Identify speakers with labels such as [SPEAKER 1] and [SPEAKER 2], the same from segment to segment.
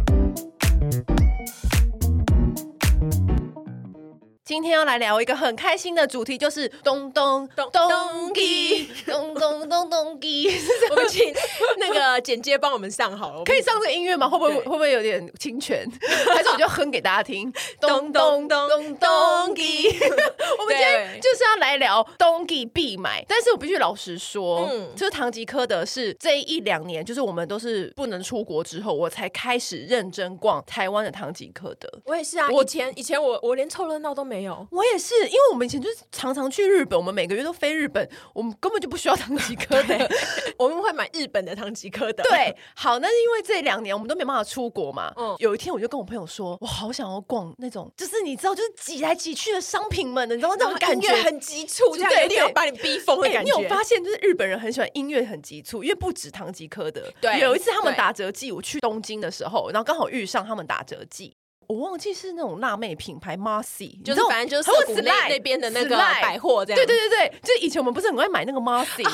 [SPEAKER 1] 今天要来聊一个很开心的主题，就是咚咚咚咚滴，咚咚咚咚滴，是这
[SPEAKER 2] 我
[SPEAKER 1] 样
[SPEAKER 2] 们请那个简介帮我们上好了，
[SPEAKER 1] 可以上这个音乐吗？会不会
[SPEAKER 2] 对
[SPEAKER 1] 会不会有点侵权？还是我就哼给大家听？
[SPEAKER 2] 咚咚咚
[SPEAKER 1] 咚
[SPEAKER 2] 咚
[SPEAKER 1] 滴。我们今天
[SPEAKER 2] 对
[SPEAKER 1] 就是要来聊冬季必买，但是我必须老实说，
[SPEAKER 2] 嗯
[SPEAKER 1] 就是唐吉诃德是这一两年，就是我们都是不能出国之后，我才开始认真逛台湾的唐吉诃德。
[SPEAKER 2] 我也是啊，
[SPEAKER 1] 我
[SPEAKER 2] 以前以前我我连凑热闹都没有，
[SPEAKER 1] 我也是，因为我们以前就是常常去日本，我们每个月都飞日本，我们根本就不需要唐吉诃 德。
[SPEAKER 2] 我们会买日本的唐吉诃 德，
[SPEAKER 1] 对，好，那是因为这两年我们都没办法出国嘛。
[SPEAKER 2] 嗯
[SPEAKER 1] 有一天我就跟我朋友说，我好想要逛那种，就是你知道，就是挤来挤去的商品们的，你知道那
[SPEAKER 2] 然后
[SPEAKER 1] 种感
[SPEAKER 2] 感
[SPEAKER 1] 觉
[SPEAKER 2] 觉很急促，这样
[SPEAKER 1] 对
[SPEAKER 2] 有点
[SPEAKER 1] 对
[SPEAKER 2] 要把你逼疯的
[SPEAKER 1] 哎
[SPEAKER 2] 感
[SPEAKER 1] 你
[SPEAKER 2] 觉。
[SPEAKER 1] 有发现，就是日本人很喜欢音乐很急促，因为不止唐吉诃德。
[SPEAKER 2] 对
[SPEAKER 1] 有一次他们
[SPEAKER 2] 对
[SPEAKER 1] 打折季，我去东京的时候，然后刚好遇上他们打折季。我忘记是那种辣妹品牌 Marcy，
[SPEAKER 2] 就是反正就是涩谷那那边的那个百
[SPEAKER 1] 货。
[SPEAKER 2] 货这样，啊哦
[SPEAKER 1] 对对对对，就是以前我们不是很爱买那个 Marcy、外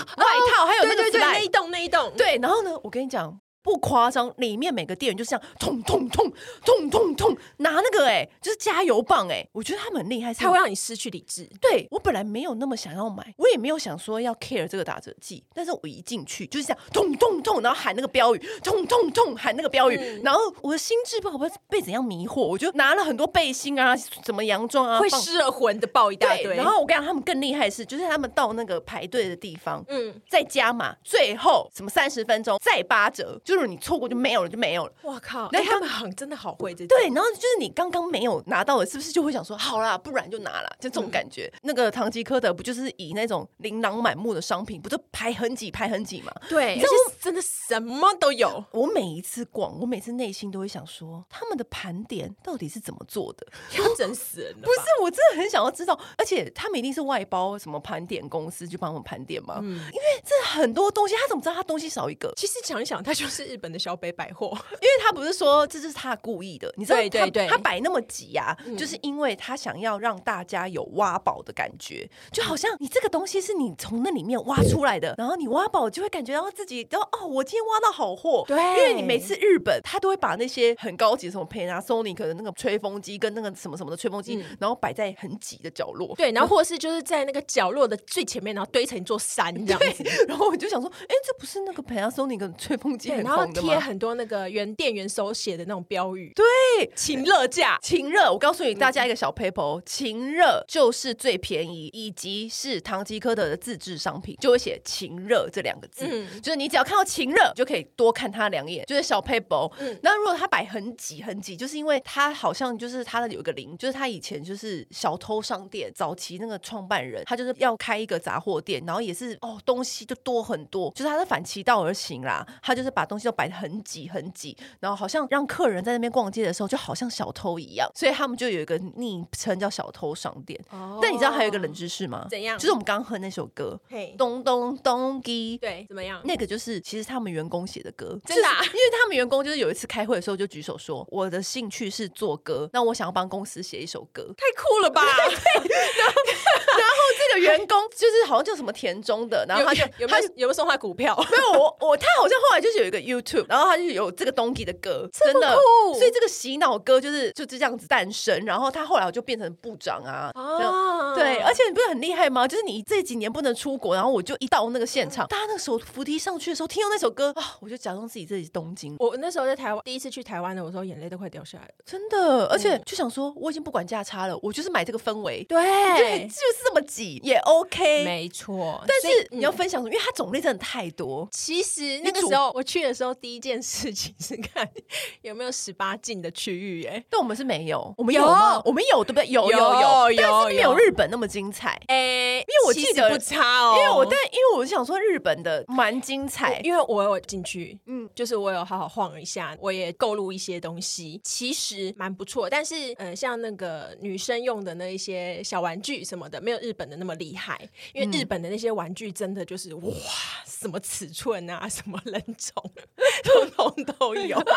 [SPEAKER 1] 套，还有那个
[SPEAKER 2] 对对对
[SPEAKER 1] Slide
[SPEAKER 2] 那一栋那一栋，
[SPEAKER 1] 对，然后呢，我跟你讲。不夸张，里面每个店员就这样痛痛痛痛痛痛拿那个哎、就是加油棒哎、我觉得他们很厉害，是
[SPEAKER 2] 它会让你失去理智。
[SPEAKER 1] 对我本来没有那么想要买，我也没有想说要 care 这个打折季，但是我一进去就是这样痛痛痛，然后喊那个标语，痛痛痛喊那个标语，
[SPEAKER 2] 嗯
[SPEAKER 1] 然后我的心智不好不知道被怎样迷惑，我就拿了很多背心啊，什么洋装啊，
[SPEAKER 2] 会
[SPEAKER 1] 放
[SPEAKER 2] 失了魂的爆一大
[SPEAKER 1] 对，
[SPEAKER 2] 堆，
[SPEAKER 1] 然后我跟你讲，他们更厉害的是，就是他们到那个排队的地方，
[SPEAKER 2] 嗯，
[SPEAKER 1] 再加码，最后什么三十分钟再八折，就是你错过就没有了，就没有了。
[SPEAKER 2] 哇靠，
[SPEAKER 1] 那
[SPEAKER 2] 那
[SPEAKER 1] 他
[SPEAKER 2] 他们很真的好会这种
[SPEAKER 1] 对，然后就是你刚刚没有拿到的，是不是就会想说，好啦，不然就拿啦，就这种感
[SPEAKER 2] 嗯
[SPEAKER 1] 觉。那个唐吉诃德不就是以那种琳琅满目的商品，不就排很挤排很挤嘛？
[SPEAKER 2] 对，
[SPEAKER 1] 你知
[SPEAKER 2] 而
[SPEAKER 1] 道
[SPEAKER 2] 且真的什么都有，
[SPEAKER 1] 我每一次逛，我每次内心都会想说，他们的盘点到底是怎么做 的？
[SPEAKER 2] 要整死人了吧。
[SPEAKER 1] 不是，我真的很想要知道，而且他们一定是外包什么盘点公司去帮我们盘点
[SPEAKER 2] 嗯
[SPEAKER 1] 吗？因为这很多东西，他怎么知道他东西少一个？
[SPEAKER 2] 啊其实想一想，它就是日本的小北百货，
[SPEAKER 1] 因为他不是说这就是他故意的，你知道他
[SPEAKER 2] 对对对嗯
[SPEAKER 1] 他摆那么挤啊，就是因为他想要让大家有挖宝的感觉，
[SPEAKER 2] 嗯
[SPEAKER 1] 就好像你这个东西是你从那里面挖出来的，然后你挖宝就会感觉到自己，然后哦，我今天挖到好货，
[SPEAKER 2] 对
[SPEAKER 1] 因为你每次日本他都会把那些很高级的什么 Panasonic 的那个吹风机跟那个什么什么的吹风机，
[SPEAKER 2] 嗯
[SPEAKER 1] 然后摆在很挤的角落，
[SPEAKER 2] 对，然后或者是就是在那个角落的最前面，然后堆成一座山这样子。
[SPEAKER 1] 然后我就想说，哎、这不是那个 Panasonic 的吹风机
[SPEAKER 2] 对，
[SPEAKER 1] 很
[SPEAKER 2] 然后
[SPEAKER 1] 红的
[SPEAKER 2] 贴
[SPEAKER 1] 吗？
[SPEAKER 2] 很多那个原店员手写的那种标语，
[SPEAKER 1] 对，
[SPEAKER 2] 请乐价，
[SPEAKER 1] 晴热，我告
[SPEAKER 2] 嗯
[SPEAKER 1] 诉你大家一个小 paper，晴热就是最便宜，以及是唐吉诃德的自制商品，就会写晴热这两个字。
[SPEAKER 2] 嗯
[SPEAKER 1] 就是你只要看到晴热，你就可以多看他两眼，就是小 paper。哦
[SPEAKER 2] 嗯
[SPEAKER 1] 那如果他摆很挤很挤，就是因为他好像就是他的有一个零，就是他以前就是小偷商店早期那个创办人，他就是要开一个杂货店，然后也是哦东西就多很多，就是他是反其道而行啦，他就是把东西都摆得很挤很挤，然后好像让客人在那边逛街的时候就好像小偷一样，所以他们就有一个昵称叫小偷商店。
[SPEAKER 2] 哦
[SPEAKER 1] 但你知道还有一个冷知识吗？
[SPEAKER 2] 怎样
[SPEAKER 1] 就是我们刚刚哼那首歌
[SPEAKER 2] 嘿，
[SPEAKER 1] 《咚咚咚滴》。
[SPEAKER 2] 对，怎么样？
[SPEAKER 1] 那个就是其实他们员工写的歌，
[SPEAKER 2] 真的啊。
[SPEAKER 1] 就是因为他们员工就是有一次开会的时候就举手说，我的兴趣是做歌，那我想要帮公司写一首歌
[SPEAKER 2] 太酷了吧！
[SPEAKER 1] 这个员工 就是好像叫什么田中的， 然后他就
[SPEAKER 2] 有有没
[SPEAKER 1] 他
[SPEAKER 2] 有有没有送他股票？
[SPEAKER 1] 没有我我他好像后来就是有一个 YouTube，然后他就有这个东西的歌，真的
[SPEAKER 2] 酷
[SPEAKER 1] 所以这个洗脑歌就是就这样子诞生，然后他后来就变成部长啊。这样
[SPEAKER 2] 哦
[SPEAKER 1] 对，而且你不是很厉害吗？就是你这几年不能出国，然后我就一到那个现场，大家那个手扶梯上去的时候，听到那首歌啊，我就假装自己自己东京
[SPEAKER 2] 我那时候在台湾第一次去台湾的，我说眼泪都快掉下来了。
[SPEAKER 1] 真的，而且就想说，我已经不管价差了，我就是买这个氛围，就是
[SPEAKER 2] 嗯对
[SPEAKER 1] 就，是这么挤也 OK。
[SPEAKER 2] 没错。
[SPEAKER 1] 但
[SPEAKER 2] 所以嗯
[SPEAKER 1] 是你要分享什么，因为它种类真的太多。
[SPEAKER 2] 其实那个
[SPEAKER 1] 煮
[SPEAKER 2] 时候我去的时候，第一件事情是看有没有十八禁的区域、哎。
[SPEAKER 1] 但我们是没有，我们
[SPEAKER 2] 有
[SPEAKER 1] 吗我们有对不对？有有
[SPEAKER 2] 有
[SPEAKER 1] 有，但
[SPEAKER 2] 有
[SPEAKER 1] 是没有
[SPEAKER 2] 有
[SPEAKER 1] 日本那么精彩。
[SPEAKER 2] 诶、因
[SPEAKER 1] 为我记得
[SPEAKER 2] 不差哦，
[SPEAKER 1] 因为我但因为我想说日本的蛮精彩，
[SPEAKER 2] 因为我有进去，
[SPEAKER 1] 嗯
[SPEAKER 2] 嗯，就是我有好好晃一下，我也购入一些东西，其实蛮不错。但是，嗯、像那个女生用的那一些小玩具什么的，没有日本的那么厉害。因为日本的那些玩具真的就是、哇， 什么尺寸啊，什么人种，通通都有。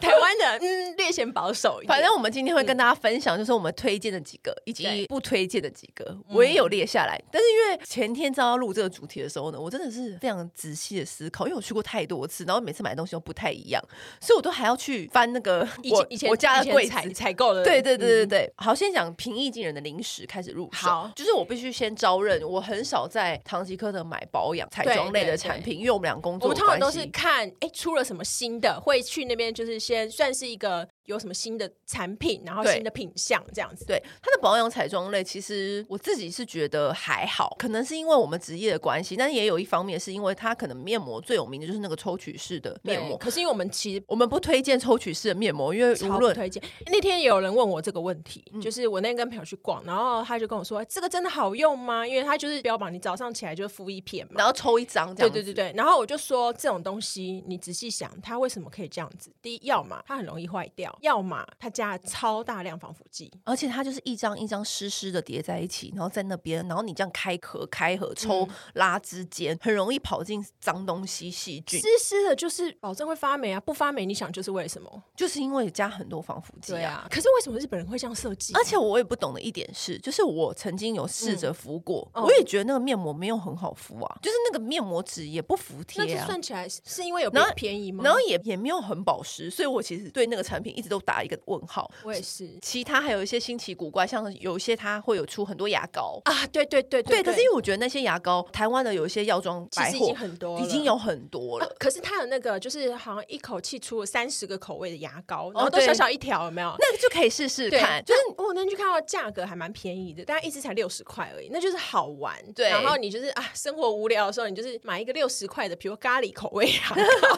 [SPEAKER 2] 台湾的嗯略显保守一点。
[SPEAKER 1] 反正我们今天会跟大家分享，就是我们推荐的几个，以及
[SPEAKER 2] 嗯对嗯
[SPEAKER 1] 不推荐的几个，我也有列下来。但是因为前天知道要录这个主题的时候呢，我真的是非常仔细的思考，因为我去过太多次，然后每次买的东西都不太一样，所以我都还要去翻那个
[SPEAKER 2] 以
[SPEAKER 1] 我
[SPEAKER 2] 前以前
[SPEAKER 1] 我家
[SPEAKER 2] 以
[SPEAKER 1] 的
[SPEAKER 2] 前
[SPEAKER 1] 柜子
[SPEAKER 2] 采。采购了，
[SPEAKER 1] 对对对对
[SPEAKER 2] 嗯
[SPEAKER 1] 对，好，先讲平易近人的零食开始入手。
[SPEAKER 2] 好
[SPEAKER 1] 就是我必须先招认，我很少在唐吉诃德买保养彩妆类
[SPEAKER 2] 对
[SPEAKER 1] 的
[SPEAKER 2] 对
[SPEAKER 1] 产品，因为我们俩工
[SPEAKER 2] 我
[SPEAKER 1] 作
[SPEAKER 2] 们
[SPEAKER 1] 的
[SPEAKER 2] 通常
[SPEAKER 1] 关
[SPEAKER 2] 都
[SPEAKER 1] 系
[SPEAKER 2] 是看哎、诶出了什么新的，会去那边就是先算是一个有什么新的产品，然后
[SPEAKER 1] 对
[SPEAKER 2] 新的品相这样子。
[SPEAKER 1] 对它的保养彩妆类，其实我自己是觉得还好，可能是因为我们职业的关系，但也有一方面是因为它可能面膜最有名的就是那个抽取式的面膜。
[SPEAKER 2] 可是因为我们其实
[SPEAKER 1] 我们不推荐抽取式的面膜，因为无
[SPEAKER 2] 超不
[SPEAKER 1] 论嗯
[SPEAKER 2] 推荐。那天也有人问我这个问题，就是我那天跟朋友去逛，然后他就跟我说：“这个真的好用吗？”因为他就是标榜你早上起来就敷一片嘛。
[SPEAKER 1] 然后抽一张这
[SPEAKER 2] 对
[SPEAKER 1] 样子，
[SPEAKER 2] 对对对，然后我就说这种东西，你仔细想，它为什么可以这样子？第一，要么它很容易坏掉，要么它加了超大量防腐剂，
[SPEAKER 1] 而且它就是一张一张湿湿的叠在一起，然后在那边，然后你这样开壳、开合、
[SPEAKER 2] 嗯
[SPEAKER 1] 抽、拉之间，很容易跑进脏东西、细菌
[SPEAKER 2] 湿，湿的，就是保证会发霉啊！不发霉，你想就是为什么？
[SPEAKER 1] 就是因为加很多防腐剂
[SPEAKER 2] 对
[SPEAKER 1] 啊。
[SPEAKER 2] 啊，可是为什么日本人会这样设计？啊
[SPEAKER 1] 而且我也不懂的一点是，就是我曾经有试着敷过，
[SPEAKER 2] 嗯
[SPEAKER 1] 我也觉得那个面膜没有很好敷啊，就是那个面膜纸也不服
[SPEAKER 2] 那
[SPEAKER 1] 帖
[SPEAKER 2] 就
[SPEAKER 1] 啊。
[SPEAKER 2] 算起来是因为有比
[SPEAKER 1] 然后
[SPEAKER 2] 便宜吗？
[SPEAKER 1] 然后也也没有很保湿，所以我其实对那个产品一直都打一个问号。
[SPEAKER 2] 我也是
[SPEAKER 1] 其他还有一些新奇古怪，像是有一些它会有出很多牙膏，
[SPEAKER 2] 啊，对对对
[SPEAKER 1] 对。可是因为我觉得那些牙膏，台湾的有一些药妆
[SPEAKER 2] 其
[SPEAKER 1] 百
[SPEAKER 2] 实已
[SPEAKER 1] 货
[SPEAKER 2] 经很多了，
[SPEAKER 1] 已经有很多
[SPEAKER 2] 啊
[SPEAKER 1] 了。
[SPEAKER 2] 可是它有那个，就是好像一口气出了三十个口味的牙膏，然后
[SPEAKER 1] 哦
[SPEAKER 2] 都
[SPEAKER 1] 对
[SPEAKER 2] 小小一条，有没有？
[SPEAKER 1] 那个就可以试试
[SPEAKER 2] 对
[SPEAKER 1] 看，，就
[SPEAKER 2] 就是是我那天去看到价格还蛮便宜的，大概一支才六十块而已，那就是好玩。
[SPEAKER 1] 对
[SPEAKER 2] 然后你就是啊，生活无聊的时候，你就是买一个六十块的，比如咖喱口味牙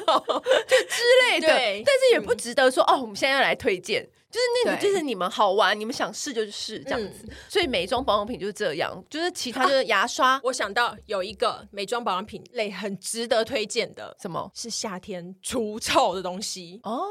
[SPEAKER 2] 膏，
[SPEAKER 1] 之类的，
[SPEAKER 2] 对嗯
[SPEAKER 1] 但是也不值得说、哦，我们现在要来推荐，就是那个
[SPEAKER 2] 对
[SPEAKER 1] 就是你们好玩，你们想试就试这样
[SPEAKER 2] 嗯
[SPEAKER 1] 子。所以美妆保养品就是这样，就是其他就是牙刷、
[SPEAKER 2] 我想到有一个美妆保养品类很值得推荐的，
[SPEAKER 1] 什么
[SPEAKER 2] 是夏天除臭的东西。
[SPEAKER 1] 哦，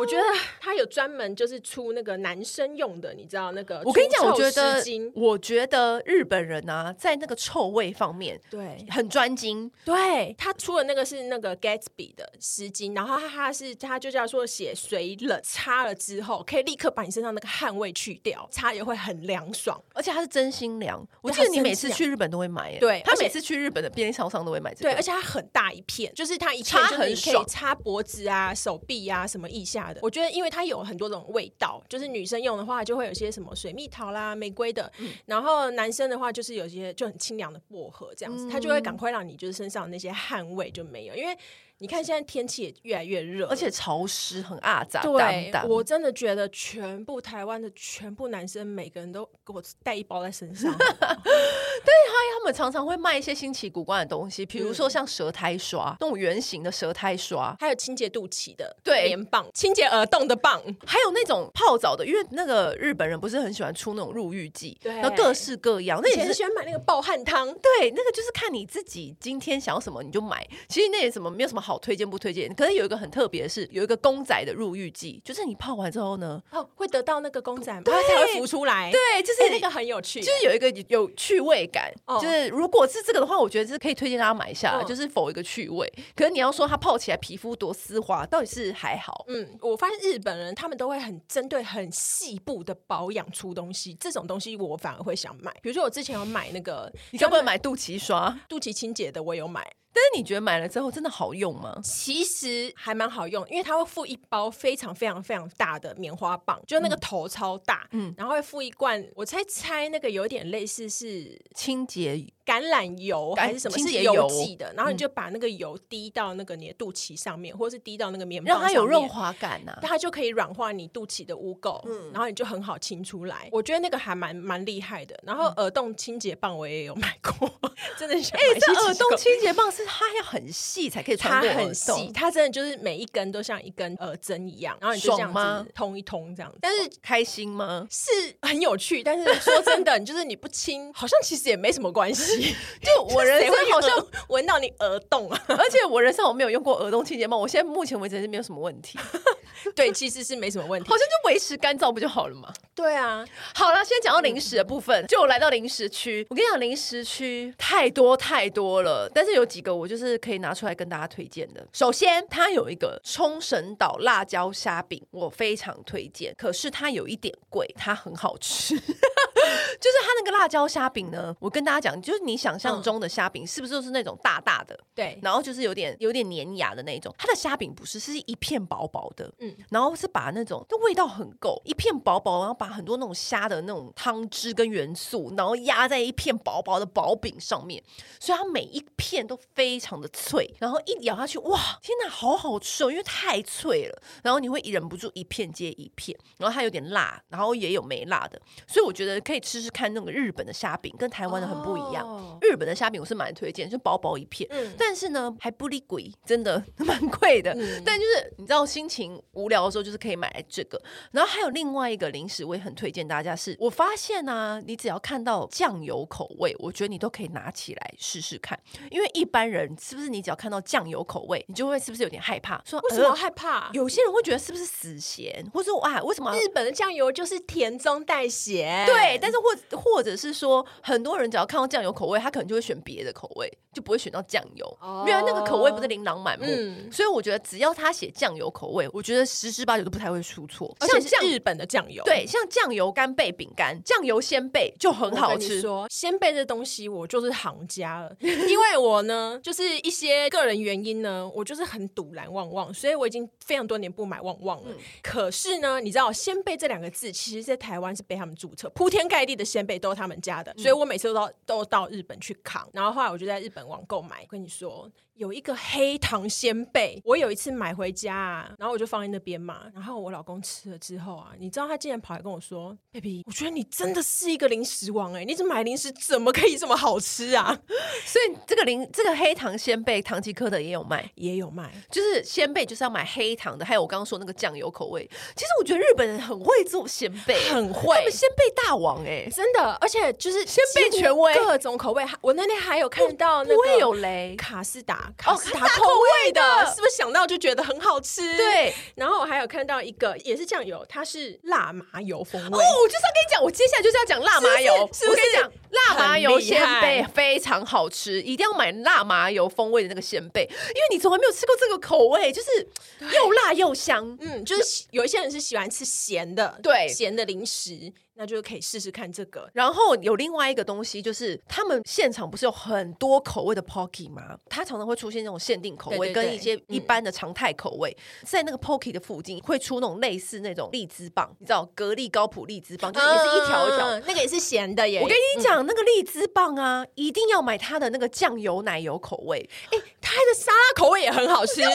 [SPEAKER 2] 我觉得它有专门就是出那个男生用的，你知道那个？
[SPEAKER 1] 我跟你讲，我觉得
[SPEAKER 2] 湿巾，
[SPEAKER 1] 我觉得日本人啊，在那个臭味方面
[SPEAKER 2] 对，
[SPEAKER 1] 很专精，
[SPEAKER 2] 对，它出的那个是那个 Gatsby 的湿巾，然后它它是它就叫做写水冷擦了之后，可以立刻把你身上那个汗味去掉，擦也会很凉爽。
[SPEAKER 1] 而且它是真心凉。我
[SPEAKER 2] 对
[SPEAKER 1] 记得
[SPEAKER 2] 它
[SPEAKER 1] 你
[SPEAKER 2] 真
[SPEAKER 1] 每次
[SPEAKER 2] 心
[SPEAKER 1] 去日本都会买耶，
[SPEAKER 2] 对
[SPEAKER 1] 他
[SPEAKER 2] 而且
[SPEAKER 1] 每次去日本的便利超商都会买这
[SPEAKER 2] 对，
[SPEAKER 1] 个，
[SPEAKER 2] 而且它很大一片，就是它一片
[SPEAKER 1] 擦
[SPEAKER 2] 就是
[SPEAKER 1] 很
[SPEAKER 2] 你可以
[SPEAKER 1] 爽
[SPEAKER 2] 擦脖子啊、手臂啊什么腋下的。我觉得，因为它有很多种味道，就是女生用的话就会有一些什么水蜜桃啦、玫瑰的，然后男生的话就是有一些就很清凉的薄荷这样子，它就会赶快让你就是身上的那些汗味就没有，因为。你看现在天气也越来越热了，
[SPEAKER 1] 而且潮湿很阿杂，
[SPEAKER 2] 对
[SPEAKER 1] 淡淡，
[SPEAKER 2] 我真的觉得全部台湾的全部男生，每个人都给我带一包在身 上。
[SPEAKER 1] 他们常常会卖一些新奇古怪的东西，比如
[SPEAKER 2] 嗯
[SPEAKER 1] 说像舌苔刷，那种圆形的舌苔刷，
[SPEAKER 2] 还有清洁肚脐的
[SPEAKER 1] 对
[SPEAKER 2] 棉棒，清洁耳洞的棒，
[SPEAKER 1] 还有那种泡澡的，因为那个日本人不是很喜欢出那种入浴剂，
[SPEAKER 2] 对
[SPEAKER 1] 然后各式各样，那
[SPEAKER 2] 以前
[SPEAKER 1] 也
[SPEAKER 2] 很
[SPEAKER 1] 是。
[SPEAKER 2] 喜欢买那个爆汗汤。
[SPEAKER 1] 对，那个就是看你自己今天想要什么你就买。其实那也什么没有什么好推荐不推荐，可是有一个很特别的是有一个公仔的入浴剂，就是你泡完之后呢，
[SPEAKER 2] 哦，会得到那个公仔，它才会浮出来。哎，
[SPEAKER 1] 对，就是
[SPEAKER 2] 那个很有趣。
[SPEAKER 1] 就是有一个有趣味感，
[SPEAKER 2] 哦
[SPEAKER 1] 就是如果是这个的话，我觉得是可以推荐大家买下来，
[SPEAKER 2] 嗯
[SPEAKER 1] 就是否一个趣味。可是你要说它泡起来皮肤多丝滑，到底是还好，
[SPEAKER 2] 嗯，我发现日本人他们都会很针对很细部的保养出东西，这种东西我反而会想买。比如说我之前有买那个
[SPEAKER 1] 你该不会买肚脐刷？
[SPEAKER 2] 肚脐清洁的，我有买，
[SPEAKER 1] 但是你觉得买了之后真的好用吗？
[SPEAKER 2] 其实还蛮好用，因为它会附一包非常非常非常大的棉花棒，就那个头超大，嗯，然后会附一罐，我猜猜那个有点类似是
[SPEAKER 1] 清洁
[SPEAKER 2] 橄榄油
[SPEAKER 1] 橄
[SPEAKER 2] 还是什么，
[SPEAKER 1] 清
[SPEAKER 2] 是
[SPEAKER 1] 洁油嗯
[SPEAKER 2] 油剂的，然后你就把那个油滴到那个你的肚脐上面，或是滴到那个棉棒
[SPEAKER 1] 让它
[SPEAKER 2] 上面，
[SPEAKER 1] 有润滑嗯感啊 呐、
[SPEAKER 2] 它就可以软化你肚脐的污垢，然后你就很好清出来。我觉得那个还蛮蛮厉害的。然后耳洞清洁棒我也有买过， 真的想
[SPEAKER 1] 嗯
[SPEAKER 2] 买
[SPEAKER 1] 哎、
[SPEAKER 2] 一些
[SPEAKER 1] 这
[SPEAKER 2] 清洁
[SPEAKER 1] 耳洞
[SPEAKER 2] 棒
[SPEAKER 1] 清洁棒是它要很细才可以穿
[SPEAKER 2] 它
[SPEAKER 1] 过耳
[SPEAKER 2] 很细，
[SPEAKER 1] 洞，
[SPEAKER 2] 它真的就是每一根都像一根耳针一样，然后你就这
[SPEAKER 1] 爽
[SPEAKER 2] 样
[SPEAKER 1] 吗
[SPEAKER 2] 子通一通这样子。但
[SPEAKER 1] 但是开心 吗？
[SPEAKER 2] 是很有趣，但是说真的，你就是你不亲，好像其实也没什么关 系。
[SPEAKER 1] 就我人
[SPEAKER 2] 谁
[SPEAKER 1] 生
[SPEAKER 2] 会
[SPEAKER 1] 好
[SPEAKER 2] 好
[SPEAKER 1] 像，
[SPEAKER 2] 像闻到你耳洞啊？
[SPEAKER 1] 而且我人生我没有用过耳洞清洁棒，我现在目前为止是没有什么问题。
[SPEAKER 2] 对，其实是没什么问题
[SPEAKER 1] 好。像就维持干燥不就好了嘛？
[SPEAKER 2] 对啊，
[SPEAKER 1] 好了，先讲到零食的部分，就来到零食区。我跟你讲，零食区太多太多了，但是有几个我就是可以拿出来跟大家推荐的。首先，它有一个冲绳岛辣椒虾饼，我非常推荐，可是它有一点贵，它很好吃。 就是它那个辣椒虾饼呢，我跟大家讲，就是你想象中的虾饼，是不是就是那种大大的，
[SPEAKER 2] 对，
[SPEAKER 1] 然后就是有点有点粘牙的那种。它的虾饼不是，是一片薄薄的，嗯
[SPEAKER 2] 嗯，
[SPEAKER 1] 然后是把那种那味道很够，一片薄薄，然后把很多那种虾的那种汤汁跟元素，然后压在一片薄薄的薄饼上面，所以它每一片都非常的脆，然后一咬下去，哇，天哪，好好吃哦，因为太脆了，然后你会忍不住一片接一片，然后它有点辣，然后也有没辣的，所以我觉得可以吃吃看那个日本的虾饼，跟台湾的很不一样。
[SPEAKER 2] 哦
[SPEAKER 1] 日本的虾饼我是蛮推荐，就薄薄一片，
[SPEAKER 2] 嗯，
[SPEAKER 1] 但是呢，还不离鬼，真的 蛮贵的。
[SPEAKER 2] 嗯
[SPEAKER 1] 但就是你知道，心情无聊的时候，就是可以买来这个。然后还有另外一个零食，我也很推荐大家是。我发现啊，你只要看到酱油口味，我觉得你都可以拿起来试试看。因为一般人是不是你只要看到酱油口味，你就会是不是有点害怕？说
[SPEAKER 2] 为什么
[SPEAKER 1] 呃
[SPEAKER 2] 害怕？嗯
[SPEAKER 1] 有些人会觉得是不是死咸，或者说啊为什么要
[SPEAKER 2] 日本的酱油就是甜中带咸，
[SPEAKER 1] 对，但是或或者是说，很多人只要看到酱油口味，他可能就会选别的口味，就不会选到酱油，
[SPEAKER 2] 哦
[SPEAKER 1] 因为那个口味不是琳琅满目。
[SPEAKER 2] 嗯
[SPEAKER 1] 所以我觉得只要他写酱油口味，我觉得十之八九都不太会出错。
[SPEAKER 2] 而
[SPEAKER 1] 像
[SPEAKER 2] 且是
[SPEAKER 1] 酱
[SPEAKER 2] 日本的酱油，
[SPEAKER 1] 对，像酱油干贝饼干、酱油鲜贝就很
[SPEAKER 2] 我
[SPEAKER 1] 好
[SPEAKER 2] 跟你
[SPEAKER 1] 吃。
[SPEAKER 2] 说鲜贝这东西，我就是行家了，因为我呢，就是一些个人原因呢，我就是很堵拦旺旺，所以我已经非常多年不买旺旺了。
[SPEAKER 1] 嗯
[SPEAKER 2] 可是呢，你知道“鲜贝”这两个字，其实在台湾是被他们注册，铺天盖地的鲜贝都是他们家的，
[SPEAKER 1] 嗯
[SPEAKER 2] 所以我每次都到都到日本去扛，然后后来我就在日本网购买。我跟你说，有一个黑糖鲜贝，我有一次买回家、啊，然后我就放在那边嘛，然后我老公吃了之后啊，你知道他竟然跑来跟我说：“baby，我觉得你真的是一个零食王哎、你怎么买零食怎么可以这么好吃 啊
[SPEAKER 1] 所以这个零这个黑糖鲜贝，唐吉诃德也有卖？”。
[SPEAKER 2] 也有卖，
[SPEAKER 1] 就是鲜贝就是要买黑糖的，还有我刚刚说那个酱油口味。其实我觉得日本人很会做鲜贝，
[SPEAKER 2] 很
[SPEAKER 1] 他
[SPEAKER 2] 会
[SPEAKER 1] 们。鲜贝大王哎、
[SPEAKER 2] 真的，而且就是
[SPEAKER 1] 鲜贝
[SPEAKER 2] 几乎
[SPEAKER 1] 权威
[SPEAKER 2] 各种口味。我那天还有看到那
[SPEAKER 1] 不会
[SPEAKER 2] 个
[SPEAKER 1] 有雷。
[SPEAKER 2] 卡斯达，卡斯达
[SPEAKER 1] 卡斯达
[SPEAKER 2] 口味的
[SPEAKER 1] 口味的，
[SPEAKER 2] 是不是想到就觉得很好吃？。
[SPEAKER 1] 对，
[SPEAKER 2] 然后我还有看到一个也是酱油，它是辣麻油风味。
[SPEAKER 1] 哦，我就是要跟你讲，我接下来就是要讲辣麻油。
[SPEAKER 2] 是不
[SPEAKER 1] 我
[SPEAKER 2] 是是不是
[SPEAKER 1] 跟你讲，辣麻油
[SPEAKER 2] 很厉
[SPEAKER 1] 鲜
[SPEAKER 2] 害
[SPEAKER 1] 贝非常好吃，一定要买辣麻油风味的那个鲜贝，因为你从来没有吃过这个口味，就是又辣又香。
[SPEAKER 2] 嗯，就是喜有一些人是喜欢吃咸的，
[SPEAKER 1] 对
[SPEAKER 2] 咸的零食，那就可以试试看这个。
[SPEAKER 1] 然后有另外一个东西，就是他们现场不是有很多口味的 Pocky 吗？它常常会出现那种限定口味，
[SPEAKER 2] 对对对
[SPEAKER 1] 跟一些一般的常态口味，在那个 Pocky 的附近会出那种类似那种荔枝棒，你知道格力高普荔枝棒，就是也是一条一条
[SPEAKER 2] 嗯，那个也是咸的耶。
[SPEAKER 1] 我跟你讲，那个荔枝棒啊，一定要买它的那个酱油奶油口味。
[SPEAKER 2] 哎、它的沙拉口味也很好吃，
[SPEAKER 1] 酱，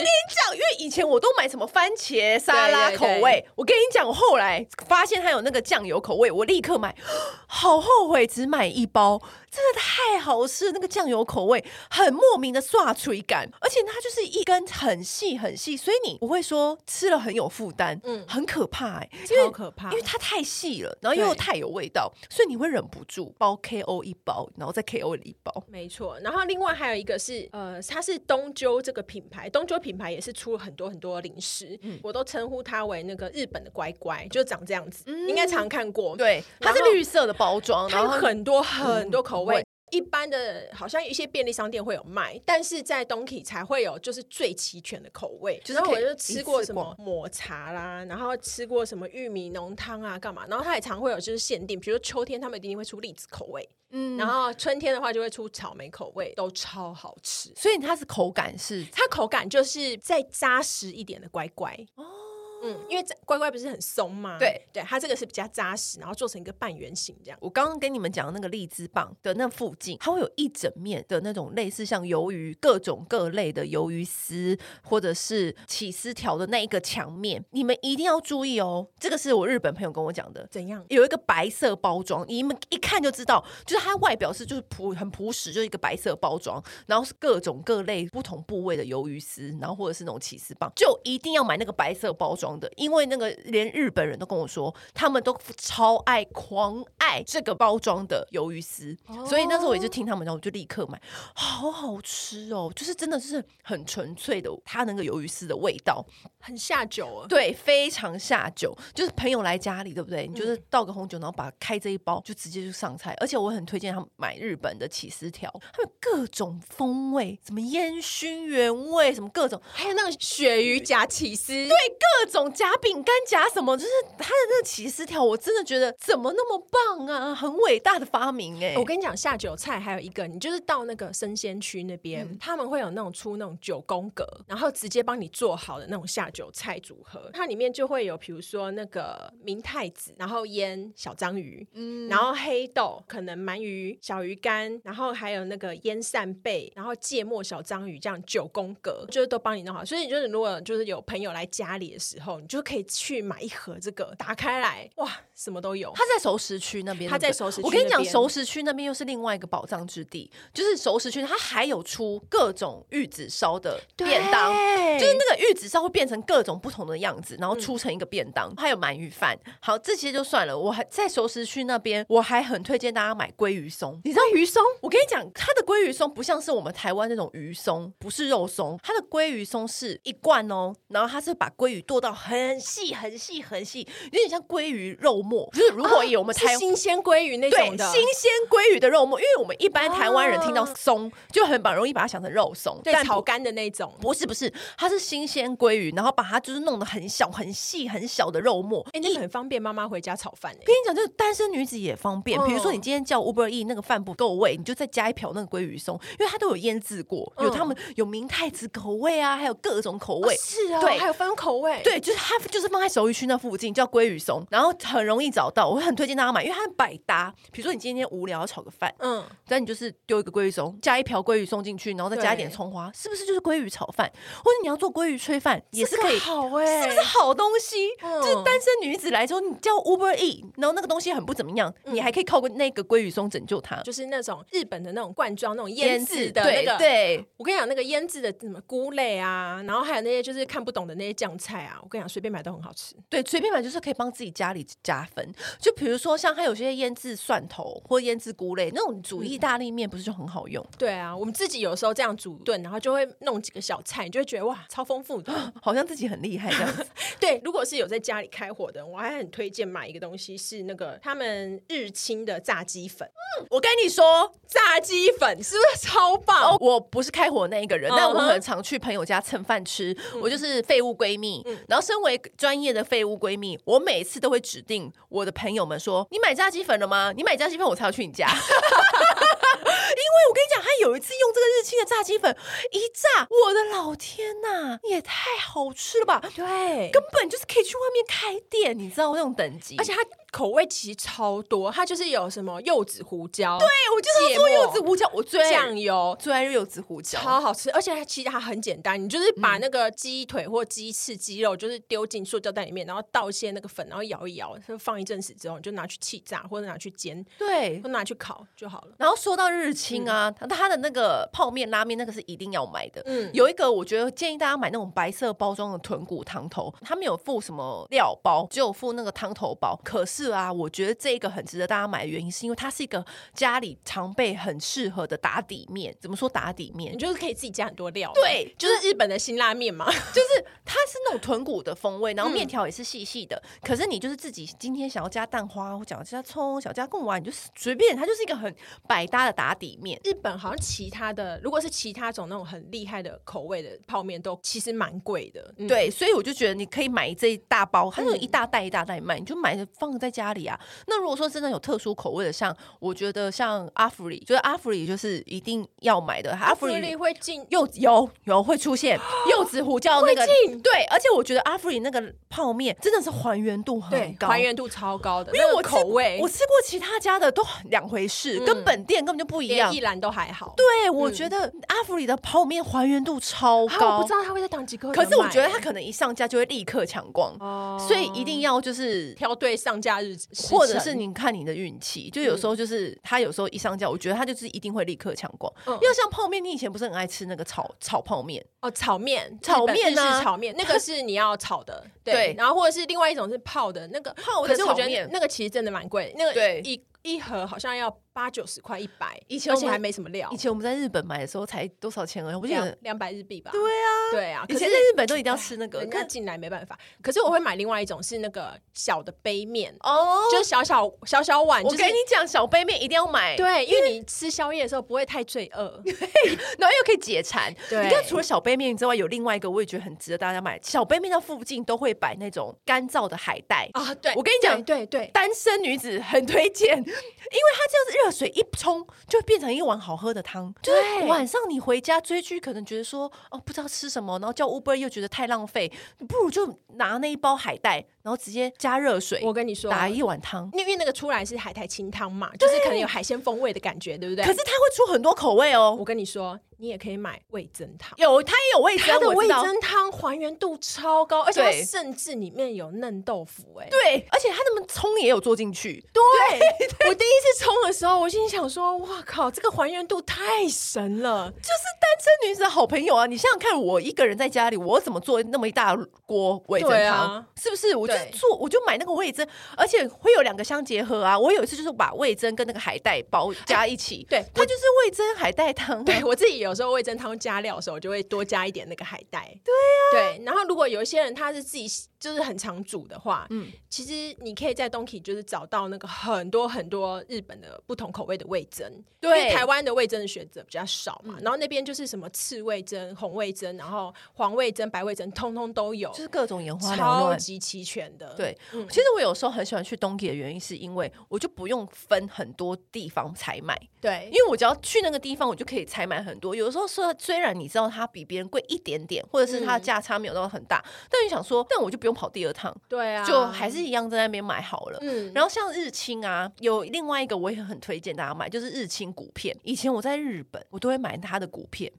[SPEAKER 1] 因为以前我都买什么番茄沙拉
[SPEAKER 2] 对对
[SPEAKER 1] 口味，我跟你讲，我后来发现它有那个酱油口味，我立刻买， 好后悔只买一包，真的太好吃了。那个酱油口味很莫名的刷脆感，而且它就是一根很细很细，所以你不会说吃了很有负担，嗯
[SPEAKER 2] 嗯，
[SPEAKER 1] 很可怕、欸，因为
[SPEAKER 2] 超可怕
[SPEAKER 1] 因。为它太细了，然后又
[SPEAKER 2] 对
[SPEAKER 1] 太有味道，所以你会忍不住包 KO 一包，然后再 KO 一包。
[SPEAKER 2] 没错，然后另外还有一个是，呃，它是东鸠这个品牌，东鸠品牌也是出了很多很多零食，我都称呼它为那个日本的乖乖，就长这样子，应该常看过。
[SPEAKER 1] 对，它
[SPEAKER 2] 然
[SPEAKER 1] 是
[SPEAKER 2] 后
[SPEAKER 1] 绿色的包装，
[SPEAKER 2] 它
[SPEAKER 1] 然
[SPEAKER 2] 有
[SPEAKER 1] 后
[SPEAKER 2] 很多很多口味。
[SPEAKER 1] 味
[SPEAKER 2] 嗯一般的，好像有一些便利商店会有卖，但是在东 k 才会有，就是最齐全的口味。
[SPEAKER 1] 就是
[SPEAKER 2] 然后
[SPEAKER 1] 可
[SPEAKER 2] 我
[SPEAKER 1] 以
[SPEAKER 2] 就
[SPEAKER 1] 一
[SPEAKER 2] 吃
[SPEAKER 1] 次
[SPEAKER 2] 过什么
[SPEAKER 1] 逛
[SPEAKER 2] 抹茶啦，然后吃过什么玉米浓汤啊，干嘛？然后它也常会有就是限定，比如说秋天他们一定会出栗子口味，
[SPEAKER 1] 嗯
[SPEAKER 2] 然后春天的话就会出草莓口味，都超好吃。
[SPEAKER 1] 所以它是口感是
[SPEAKER 2] 它口感就是再扎实一点的乖乖哦。嗯，因为这乖乖不是很松吗？
[SPEAKER 1] 对
[SPEAKER 2] 对，它这个是比较扎实，然后做成一个半圆形这样。
[SPEAKER 1] 我刚刚跟你们讲的那个荔枝棒的那附近，它会有一整面的那种类似像鱿鱼各种各类的鱿鱼丝，或者是起司条的那一个墙面，你们一定要注意哦。这个是我日本朋友跟我讲的。
[SPEAKER 2] 怎样？
[SPEAKER 1] 有一个白色包装，你们一看就知道，就是它外表是就是朴很朴实，就是一个白色包装，然后是各种各类不同部位的鱿鱼丝，然后或者是那种起司棒，就一定要买那个白色包装，装的，因为那个连日本人都跟我说，他们都超爱狂爱这个包装的鱿鱼丝，所以那时候我也就听他们，然后我就立刻买，好好吃哦，就是真的是很纯粹的它那个鱿鱼丝的味道，
[SPEAKER 2] 很下酒啊。
[SPEAKER 1] 对，非常下酒，就是朋友来家里，对不对？你
[SPEAKER 2] 嗯
[SPEAKER 1] 就是倒个红酒，然后把开这一包，就直接就上菜。而且我很推荐他们买日本的起司条，他们各种风味，什么烟熏原味，什么各种
[SPEAKER 2] 还有那个鳕鱼夹起司，
[SPEAKER 1] 对各种夹饼干夹什么，就是他的那个起司条，我真的觉得怎么那么棒啊，很伟大的发明哎、
[SPEAKER 2] 我跟你讲，下酒菜还有一个，你就是到那个生鲜区那边，
[SPEAKER 1] 嗯
[SPEAKER 2] 他们会有那种出那种九宫格，然后直接帮你做好的那种下酒菜组合，它里面就会有比如说那个明太子，然后腌小章鱼，嗯，然后黑豆，可能鳗鱼、小鱼干，然后还有那个腌扇贝，然后芥末小章鱼，这样九宫格就是都帮你弄好。所以就是如果就是有朋友来家里的时候，你就可以去买一盒这个，打开来，哇，什么都有。
[SPEAKER 1] 他在熟食区那边，
[SPEAKER 2] 他在
[SPEAKER 1] 对不对
[SPEAKER 2] 熟食区
[SPEAKER 1] 我跟你
[SPEAKER 2] 那
[SPEAKER 1] 讲，
[SPEAKER 2] 边
[SPEAKER 1] 熟食区那边又是另外一个宝藏之地，就是熟食区，它还有出各种玉子烧的便当。
[SPEAKER 2] 对
[SPEAKER 1] 就是那个玉子烧会变成各种不同的样子，然
[SPEAKER 2] 嗯
[SPEAKER 1] 后出成一个便当，还有鳗鱼饭。好，这些就算了。我还在熟食区那边，我还很推荐大家买鲑鱼松。你知道鱼松？我跟你讲，它的鲑鱼松不像是我们台湾那种鱼松，不是肉松，它的鲑鱼松是一罐哦，然后它是把鲑鱼剁到很细、很细、很细，有点像鲑鱼肉末。就是如果以我们
[SPEAKER 2] 啊是
[SPEAKER 1] 台、
[SPEAKER 2] 新鲜鲑鱼那
[SPEAKER 1] 对
[SPEAKER 2] 种的，
[SPEAKER 1] 新鲜鲑鱼的肉末，因为我们一般台湾人听到
[SPEAKER 2] 哦
[SPEAKER 1] 松，就很把容易把它想成肉松，
[SPEAKER 2] 对
[SPEAKER 1] 但
[SPEAKER 2] 炒干的那种。
[SPEAKER 1] 不是不是，它是新鲜鲑鱼，然后把它就是弄得很小、很细、很小的肉末。
[SPEAKER 2] 哎、那个很方便，妈妈回家炒饭、欸
[SPEAKER 1] 跟。你讲，就是单身女子也方便。比如说，
[SPEAKER 2] 嗯
[SPEAKER 1] 你今天叫 Uber E 那个饭不够味，你就再加一瓢那个鲑鱼松，因为它都有腌制过，有他们有明太子口味啊，还有各种口味。
[SPEAKER 2] 嗯是啊、
[SPEAKER 1] 对
[SPEAKER 2] 还有分口味，，
[SPEAKER 1] 哦对，就是它就是放在首鱼区那附近，叫鲑鱼松，然后很容易找到。我很推荐大家买，因为它很百搭。比如说，你今天无聊炒个饭，
[SPEAKER 2] 嗯，
[SPEAKER 1] 但你就是丢一个鲑鱼松，加一瓢鲑鱼松进去，然后再加一点
[SPEAKER 2] 对
[SPEAKER 1] 葱花，是不是就是鲑鱼炒饭？或者你要做鲑鱼炊饭也是可以
[SPEAKER 2] 这个好哎、
[SPEAKER 1] 是不是好欸东西？
[SPEAKER 2] 嗯
[SPEAKER 1] 就是单身女子来说，你叫 Uber E，然后那个东西很不怎么样，
[SPEAKER 2] 嗯
[SPEAKER 1] 你还可以靠过那个鲑鱼松拯救它。
[SPEAKER 2] 就是那种日本的那种罐装那种腌制的那
[SPEAKER 1] 对
[SPEAKER 2] 个，
[SPEAKER 1] 对，
[SPEAKER 2] 我跟你讲，那个腌制的什么菇类啊，然后还有那些就是看不懂的那些酱菜啊，我跟你讲，随便买都很好吃。
[SPEAKER 1] 对，随便买就是可以帮自己家里加分。就比如说，像它有些腌制蒜头或腌制菇类那种煮意大利面，不是就很好用？
[SPEAKER 2] 对啊，我们自己有时候这样煮炖，然后就会弄几个小菜，你就会觉得哇，超丰富的。
[SPEAKER 1] 好像自己很厉害这样 子。
[SPEAKER 2] 对，如果是有在家里开火的人，我还很推荐买一个东西，是那个他们日清的炸鸡粉。
[SPEAKER 1] 我跟你说，
[SPEAKER 2] 炸鸡粉是不是超棒？
[SPEAKER 1] 哦，我不是开火那一个人，
[SPEAKER 2] 嗯
[SPEAKER 1] 但我
[SPEAKER 2] 哼嗯
[SPEAKER 1] 很常去朋友家蹭饭吃。我就是废物闺蜜，然后身为专业的废物闺蜜，我每次都会指定我的朋友们说：“你买炸鸡粉了吗？你买炸鸡粉，我才要去你 家。”因为我跟你讲，他有一次用这个日清的炸鸡粉一炸，我的老天呐，也太好吃了吧！
[SPEAKER 2] 对
[SPEAKER 1] 根本就是可以去外面开店，你知道那种等级。
[SPEAKER 2] 而且它口味其实超多，它就是有什么柚子胡椒，
[SPEAKER 1] 哎，我就是要做
[SPEAKER 2] 芥末
[SPEAKER 1] 柚子胡椒，我最
[SPEAKER 2] 酱油。
[SPEAKER 1] 最爱柚子胡椒，
[SPEAKER 2] 超好吃，而且它其实它很简单，你就是把那个鸡腿或鸡翅、鸡肉，就是丢进塑胶袋里面，然后倒一些那个粉，然后摇一摇，就放一阵子之后，你就拿去气炸或者拿去煎，
[SPEAKER 1] 对
[SPEAKER 2] 或，拿去烤就好了。
[SPEAKER 1] 然后说到日清啊，它它的那个泡面、拉面那个是一定要买的。
[SPEAKER 2] 嗯
[SPEAKER 1] 有一个我觉得建议大家买那种白色包装的豚骨汤头，他们有附什么料包，只有附那个汤头包。可是啊，我觉得这个很值得大家买的原因，是因为它是一个家里常备很适合的打底面。怎么说打底面
[SPEAKER 2] 你？就是可以自己加很多料，
[SPEAKER 1] 对
[SPEAKER 2] 就是日本的辛拉面嘛。
[SPEAKER 1] 就是它是那种豚骨的风味，然后面条也是细细的。可是你就是自己今天想要加蛋花，或想要加葱，想要加贡丸，你就随便，它就是一个很百搭的打底面。
[SPEAKER 2] 日本好像其他的，如果是其他种那种很厉害的口味的泡面，都其实蛮贵的。嗯，
[SPEAKER 1] 对，所以我就觉得你可以买这一大包，它就一大袋一大袋卖，你就买着放在家里啊。那如果说真的有特殊口味的，像我觉得像阿芙里，就是阿芙里就是一定要买的，阿
[SPEAKER 2] 阿
[SPEAKER 1] 芙
[SPEAKER 2] 芙丽
[SPEAKER 1] 里。
[SPEAKER 2] 会进
[SPEAKER 1] 柚子有有会出 现柚子胡椒那个
[SPEAKER 2] 会进
[SPEAKER 1] 对，而且我觉得阿芙里那个泡面真的是还原度很
[SPEAKER 2] 对，
[SPEAKER 1] 高，
[SPEAKER 2] 还原度超高的，
[SPEAKER 1] 因为
[SPEAKER 2] 那
[SPEAKER 1] 我
[SPEAKER 2] 个
[SPEAKER 1] 吃
[SPEAKER 2] 口味
[SPEAKER 1] 我吃过其他家的都两回事，跟本店根本就不一
[SPEAKER 2] 连
[SPEAKER 1] 样
[SPEAKER 2] 一。兰都还好。
[SPEAKER 1] 对，我觉得阿芙里的泡面还原度超
[SPEAKER 2] 啊，
[SPEAKER 1] 高，
[SPEAKER 2] 我不知道他会在档几个，
[SPEAKER 1] 可是我觉得它可能一上架就会立刻抢光，
[SPEAKER 2] 欸哦
[SPEAKER 1] 所以一定要就是
[SPEAKER 2] 挑对上架日时辰
[SPEAKER 1] 或者是你看你的运气，就
[SPEAKER 2] 嗯
[SPEAKER 1] 有时候就是他有时候一上架，我觉得他就是一定会立刻抢光。
[SPEAKER 2] 嗯
[SPEAKER 1] 因为像泡面，你以前不是很爱吃那个炒炒泡面？
[SPEAKER 2] 哦炒面，
[SPEAKER 1] 炒面啊
[SPEAKER 2] 是炒面，那个是你要 炒的，对
[SPEAKER 1] 对。
[SPEAKER 2] 然后或者是另外一种是泡的，那个
[SPEAKER 1] 泡的
[SPEAKER 2] 可是我觉
[SPEAKER 1] 炒
[SPEAKER 2] 得
[SPEAKER 1] 面
[SPEAKER 2] 那个其实真的蛮贵，那个
[SPEAKER 1] 对
[SPEAKER 2] 一一盒好像要八九十块一百，
[SPEAKER 1] 以前
[SPEAKER 2] 而
[SPEAKER 1] 我
[SPEAKER 2] 且
[SPEAKER 1] 们
[SPEAKER 2] 还没什么料
[SPEAKER 1] 以，前我们在日本买的时候才多少钱啊？我不记
[SPEAKER 2] 两
[SPEAKER 1] 得。
[SPEAKER 2] 两百日币吧。
[SPEAKER 1] 对啊，
[SPEAKER 2] 对啊，
[SPEAKER 1] 以
[SPEAKER 2] 可
[SPEAKER 1] 前
[SPEAKER 2] 是
[SPEAKER 1] 在日本都一定要吃那个。
[SPEAKER 2] 人家
[SPEAKER 1] 看
[SPEAKER 2] 进来没办法。可是我会买另外一种是那个小的杯面，
[SPEAKER 1] 哦，
[SPEAKER 2] 就是小小小小碗，
[SPEAKER 1] 我
[SPEAKER 2] 就是
[SPEAKER 1] 跟你讲，小杯面一定要买，
[SPEAKER 2] 对，因为你吃宵夜的时候不会太罪恶。
[SPEAKER 1] 然后又可以解馋。
[SPEAKER 2] 对
[SPEAKER 1] 你看，除了小杯面之外，有另外一个我也觉得很值得大家买。小杯面的附近都会摆那种干燥的海带，
[SPEAKER 2] 啊，对，
[SPEAKER 1] 我跟你讲
[SPEAKER 2] 对对对
[SPEAKER 1] 单身女子很推荐， 因为它这样子热水一冲，就会变成一碗好喝的汤。就是
[SPEAKER 2] 对
[SPEAKER 1] 晚上你回家追剧，可能觉得说哦不知道吃什么，然后叫 Uber 又觉得太浪费，不如就拿那一包海带，然后直接加热水，
[SPEAKER 2] 我跟你说，
[SPEAKER 1] 打一碗汤。
[SPEAKER 2] 因为那个出来是海苔清汤嘛，就是可能有海鲜风味的感觉，对不对？
[SPEAKER 1] 可是它会出很多口味哦
[SPEAKER 2] 我，跟你说，你也可以买味增汤。
[SPEAKER 1] 有它也有味
[SPEAKER 2] 它
[SPEAKER 1] 增，
[SPEAKER 2] 的
[SPEAKER 1] 我
[SPEAKER 2] 味
[SPEAKER 1] 知道。
[SPEAKER 2] 增汤还原度超高，而且它
[SPEAKER 1] 对
[SPEAKER 2] 甚至里面有嫩豆腐、哎，
[SPEAKER 1] 对，而且它那么葱也有做进去，对，
[SPEAKER 2] 对，我第一次冲的时候，我心里想说，哇靠，这个还原度太神了，
[SPEAKER 1] 就是单身女子的好朋友啊！你想想看，我一个人在家里，我怎么做那么一大锅味增
[SPEAKER 2] 对
[SPEAKER 1] 汤？
[SPEAKER 2] 啊
[SPEAKER 1] 是不是？我就
[SPEAKER 2] 对
[SPEAKER 1] 做，我就买那个味增，而且会有两个相结合啊！我有一次就是把味增跟那个海带包加一起，
[SPEAKER 2] 哎对
[SPEAKER 1] 它就是味增海带汤、啊。
[SPEAKER 2] 对我自己有时候味增汤加料的时候，我就会多加一点那个海带。对啊，对。然后如果有一些人他是自己就是很常煮的话，嗯
[SPEAKER 1] 嗯，
[SPEAKER 2] 其实你可以在东 k 就是找到那个很多很多日本的不同口味的味增。
[SPEAKER 1] 对
[SPEAKER 2] 因为台湾的味增的选择比较少嘛，然后那边就是什么刺味增、红味增，然后黄味增、白味增，通通都有
[SPEAKER 1] 就，是各种眼花缭
[SPEAKER 2] 超
[SPEAKER 1] 乱。
[SPEAKER 2] 级齐全的。
[SPEAKER 1] 对，
[SPEAKER 2] 嗯
[SPEAKER 1] 其实我有时候很喜欢去东体的原因，是因为我就不用分很多地方采买，
[SPEAKER 2] 对
[SPEAKER 1] 因，为我只要去那个地方，我就可以采买很多。有的时候说，虽然你知道它比别人贵一点点，或者是
[SPEAKER 2] 嗯
[SPEAKER 1] 它的价差没有到很大，但你想说，但我就不用跑第二趟，
[SPEAKER 2] 对啊，
[SPEAKER 1] 就还是一样在那边买好了。
[SPEAKER 2] 嗯，
[SPEAKER 1] 然后像日清啊，有另外一个我也很推荐大家买，就是日清股片。以前我在日本，我都会买它的股片。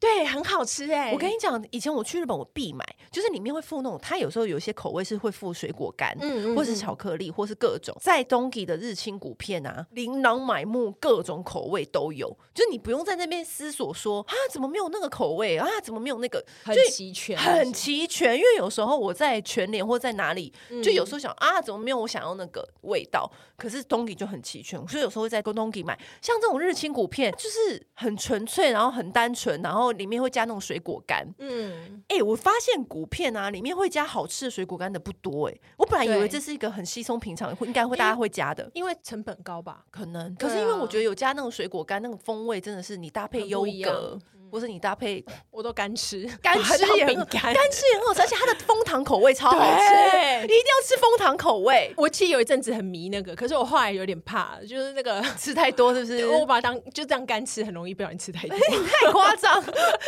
[SPEAKER 2] 对，很好吃哎、
[SPEAKER 1] 我跟你讲，以前我去日本，我必买，就是里面会附那种，它有时候有一些口味是会附水果干，
[SPEAKER 2] 嗯嗯
[SPEAKER 1] 或是
[SPEAKER 2] 嗯
[SPEAKER 1] 巧克力，或是各种。在东吉的日清谷片啊，琳琅满目，各种口味都有，就是你不用在那边思索说啊，怎么没有那个口味啊，怎么没有那个，
[SPEAKER 2] 很
[SPEAKER 1] 就
[SPEAKER 2] 齐全，
[SPEAKER 1] 很齐全。因为有时候我在全联或在哪里，就有时
[SPEAKER 2] 候
[SPEAKER 1] 候想啊，怎么没有我想要那个味道？可是东吉就很齐全，所以有时候会在东吉买。像这种日清谷片，就是很纯粹，然后很单纯，然后里面会加那种水果干。
[SPEAKER 2] 嗯。
[SPEAKER 1] 哎、我发现谷片啊，里面会加好吃的水果干的不多哎、我本来以
[SPEAKER 2] 对
[SPEAKER 1] 为这是一个很稀松平常，会应该会大家会加的。
[SPEAKER 2] 因为成本高吧，
[SPEAKER 1] 可能，
[SPEAKER 2] 对
[SPEAKER 1] 可
[SPEAKER 2] 啊
[SPEAKER 1] 是因为我觉得有加那种水果干，那种风味真的是你搭配
[SPEAKER 2] 很不
[SPEAKER 1] 优
[SPEAKER 2] 一
[SPEAKER 1] 格
[SPEAKER 2] 样，
[SPEAKER 1] 或是你搭 配
[SPEAKER 2] 我都干 吃，
[SPEAKER 1] 干吃也很
[SPEAKER 2] 饼干。
[SPEAKER 1] 干吃也很好吃，而且它的枫糖口味超好
[SPEAKER 2] 对
[SPEAKER 1] 吃，你一定要吃枫糖口味，
[SPEAKER 2] 我其实有一阵子很迷那个，可是我后来有点怕，就是那个，
[SPEAKER 1] 吃太多是不 是？
[SPEAKER 2] 我把它当就这样干吃，很容易不小心吃太多。
[SPEAKER 1] 太夸张。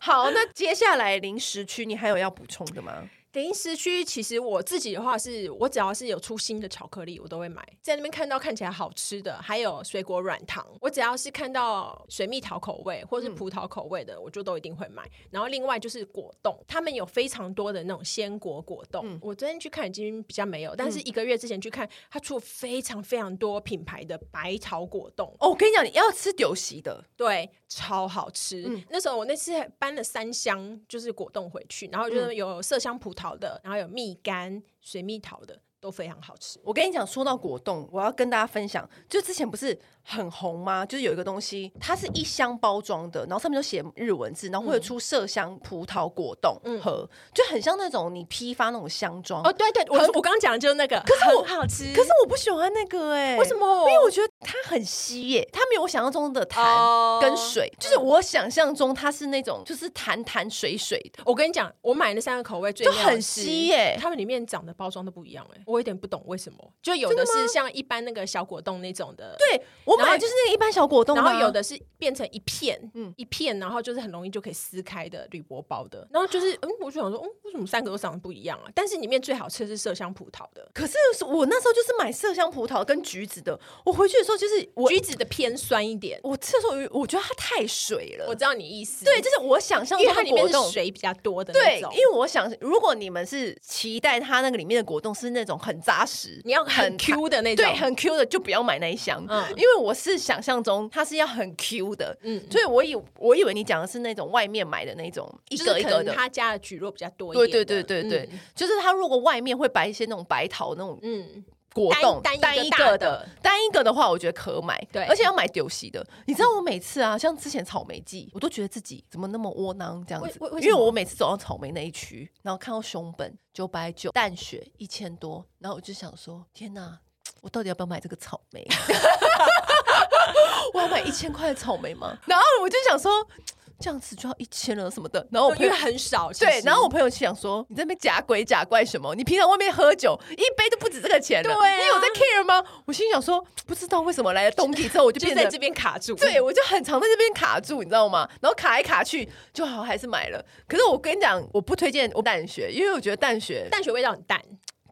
[SPEAKER 1] 好，那接下来零食区你还有要补充的吗？
[SPEAKER 2] 零食区其实我自己的话是，我只要是有出新的巧克力，我都会买。在那边看到看起来好吃的，还有水果软糖，我只要是看到水蜜桃口味或是葡萄口味的，我就都一定会买。然后另外就是果冻，他们有非常多的那种鲜果果冻。我昨天去看已经比较没有，但是一个月之前去看，它出了非常非常多品牌的白桃果冻。
[SPEAKER 1] 哦，我跟你讲，你要吃酒席的，
[SPEAKER 2] 对，超好吃。那时候我那次还搬了三箱，就是果冻回去，然后就是有麝香葡萄的，然后有蜜柑、水蜜桃的，都非常好吃。
[SPEAKER 1] 我跟你讲，说到果冻，我要跟大家分享，就之前不是很红吗？就是有一个东西，它是一箱包装的，然后上面就写日文字，然后会有出麝香葡萄果冻盒，就很像那种你批发那种箱装。
[SPEAKER 2] 哦，对对，我
[SPEAKER 1] 很
[SPEAKER 2] 我刚刚讲的就是那个，可
[SPEAKER 1] 是我
[SPEAKER 2] 很好吃，
[SPEAKER 1] 可是我不喜欢那个哎、
[SPEAKER 2] 为什？么？
[SPEAKER 1] 因为我觉得它很稀耶、它没有我想象中的弹
[SPEAKER 2] 哦
[SPEAKER 1] 跟水，就是我想象中它是那种就是弹弹水水的，
[SPEAKER 2] 我跟你讲，我买那三个口味最
[SPEAKER 1] 就
[SPEAKER 2] 妙的
[SPEAKER 1] 很
[SPEAKER 2] 是
[SPEAKER 1] 稀耶
[SPEAKER 2] 它们里面长的包装都不一样哎、我有点不懂为什么。就有的是像一般那个小果冻那种的，
[SPEAKER 1] 对我买
[SPEAKER 2] 然后
[SPEAKER 1] 的就是那个一般小果冻、啊，
[SPEAKER 2] 然后有的是变成一片，嗯
[SPEAKER 1] 嗯，
[SPEAKER 2] 一片，然后就是很容易就可以撕开的铝箔包的。然后 就是，嗯，我就想说，嗯，为什么三个都长得不一样啊？但是里面最好吃的是麝香葡萄的，
[SPEAKER 1] 可是我那时候就是买麝香葡萄跟橘子的，我回去的时候就是我
[SPEAKER 2] 橘子的偏酸一点。
[SPEAKER 1] 我吃的时候有，我觉得它太水了。
[SPEAKER 2] 我知道你意思，
[SPEAKER 1] 对，就是我想象
[SPEAKER 2] 因为
[SPEAKER 1] 中
[SPEAKER 2] 它
[SPEAKER 1] 的
[SPEAKER 2] 里面
[SPEAKER 1] 果
[SPEAKER 2] 是
[SPEAKER 1] 冻。
[SPEAKER 2] 水比较多的那
[SPEAKER 1] 对，
[SPEAKER 2] 种。
[SPEAKER 1] 因为我想，如果你们是期待它那个里面的果冻是那种种很扎实，
[SPEAKER 2] 你要很 Q 的那种，
[SPEAKER 1] 对，很 Q 的就不要买那一箱，
[SPEAKER 2] 嗯
[SPEAKER 1] 因为我是想象中它是要很 Q 的，
[SPEAKER 2] 嗯
[SPEAKER 1] 所以我以我以为你讲的是那种外面买的那种一
[SPEAKER 2] 就是
[SPEAKER 1] 格一
[SPEAKER 2] 可
[SPEAKER 1] 格
[SPEAKER 2] 能
[SPEAKER 1] 的，
[SPEAKER 2] 他家的蒟蒻比较多
[SPEAKER 1] 对
[SPEAKER 2] 一
[SPEAKER 1] 对
[SPEAKER 2] 点的，
[SPEAKER 1] 对对对，
[SPEAKER 2] 嗯
[SPEAKER 1] 就是它如果外面会摆一些那种白桃那种
[SPEAKER 2] 嗯，
[SPEAKER 1] 果冻，
[SPEAKER 2] 单单
[SPEAKER 1] 单
[SPEAKER 2] 一
[SPEAKER 1] 一
[SPEAKER 2] 个
[SPEAKER 1] 个
[SPEAKER 2] 大的
[SPEAKER 1] 的，单一个的话，我觉得可买，
[SPEAKER 2] 对
[SPEAKER 1] 而且要买丢席的。你知道我每次啊，像之前草莓季，我都觉得自己怎么那么窝囊这样子
[SPEAKER 2] 为为为，
[SPEAKER 1] 因
[SPEAKER 2] 什
[SPEAKER 1] 为
[SPEAKER 2] 么
[SPEAKER 1] 我每次走到草莓那一区，然后看到熊本九百九、淡雪一千多，然后我就想说，天哪！我到底要不要买这个草莓？ 我要买一千块的草莓吗？然后我就想说，这样子就要一千了什么的。然后我哦
[SPEAKER 2] 因
[SPEAKER 1] 朋
[SPEAKER 2] 为
[SPEAKER 1] 友
[SPEAKER 2] 很少，其
[SPEAKER 1] 对，
[SPEAKER 2] 实
[SPEAKER 1] 然后我朋友就想说，你在那边假鬼假怪什么？你平常外面喝酒一杯都不止这个钱了，
[SPEAKER 2] 对啊
[SPEAKER 1] 你有在 care 吗？我心想说，不知道为什么来了冬季之后我就
[SPEAKER 2] 就
[SPEAKER 1] 变
[SPEAKER 2] 在
[SPEAKER 1] 得
[SPEAKER 2] 这边卡住，
[SPEAKER 1] 对，我就很常在这边卡住，你知道吗？然后卡来卡去，就好还是买了。可是我跟你讲，我不推荐我淡雪，因为我觉得淡雪，
[SPEAKER 2] 淡雪味道很淡，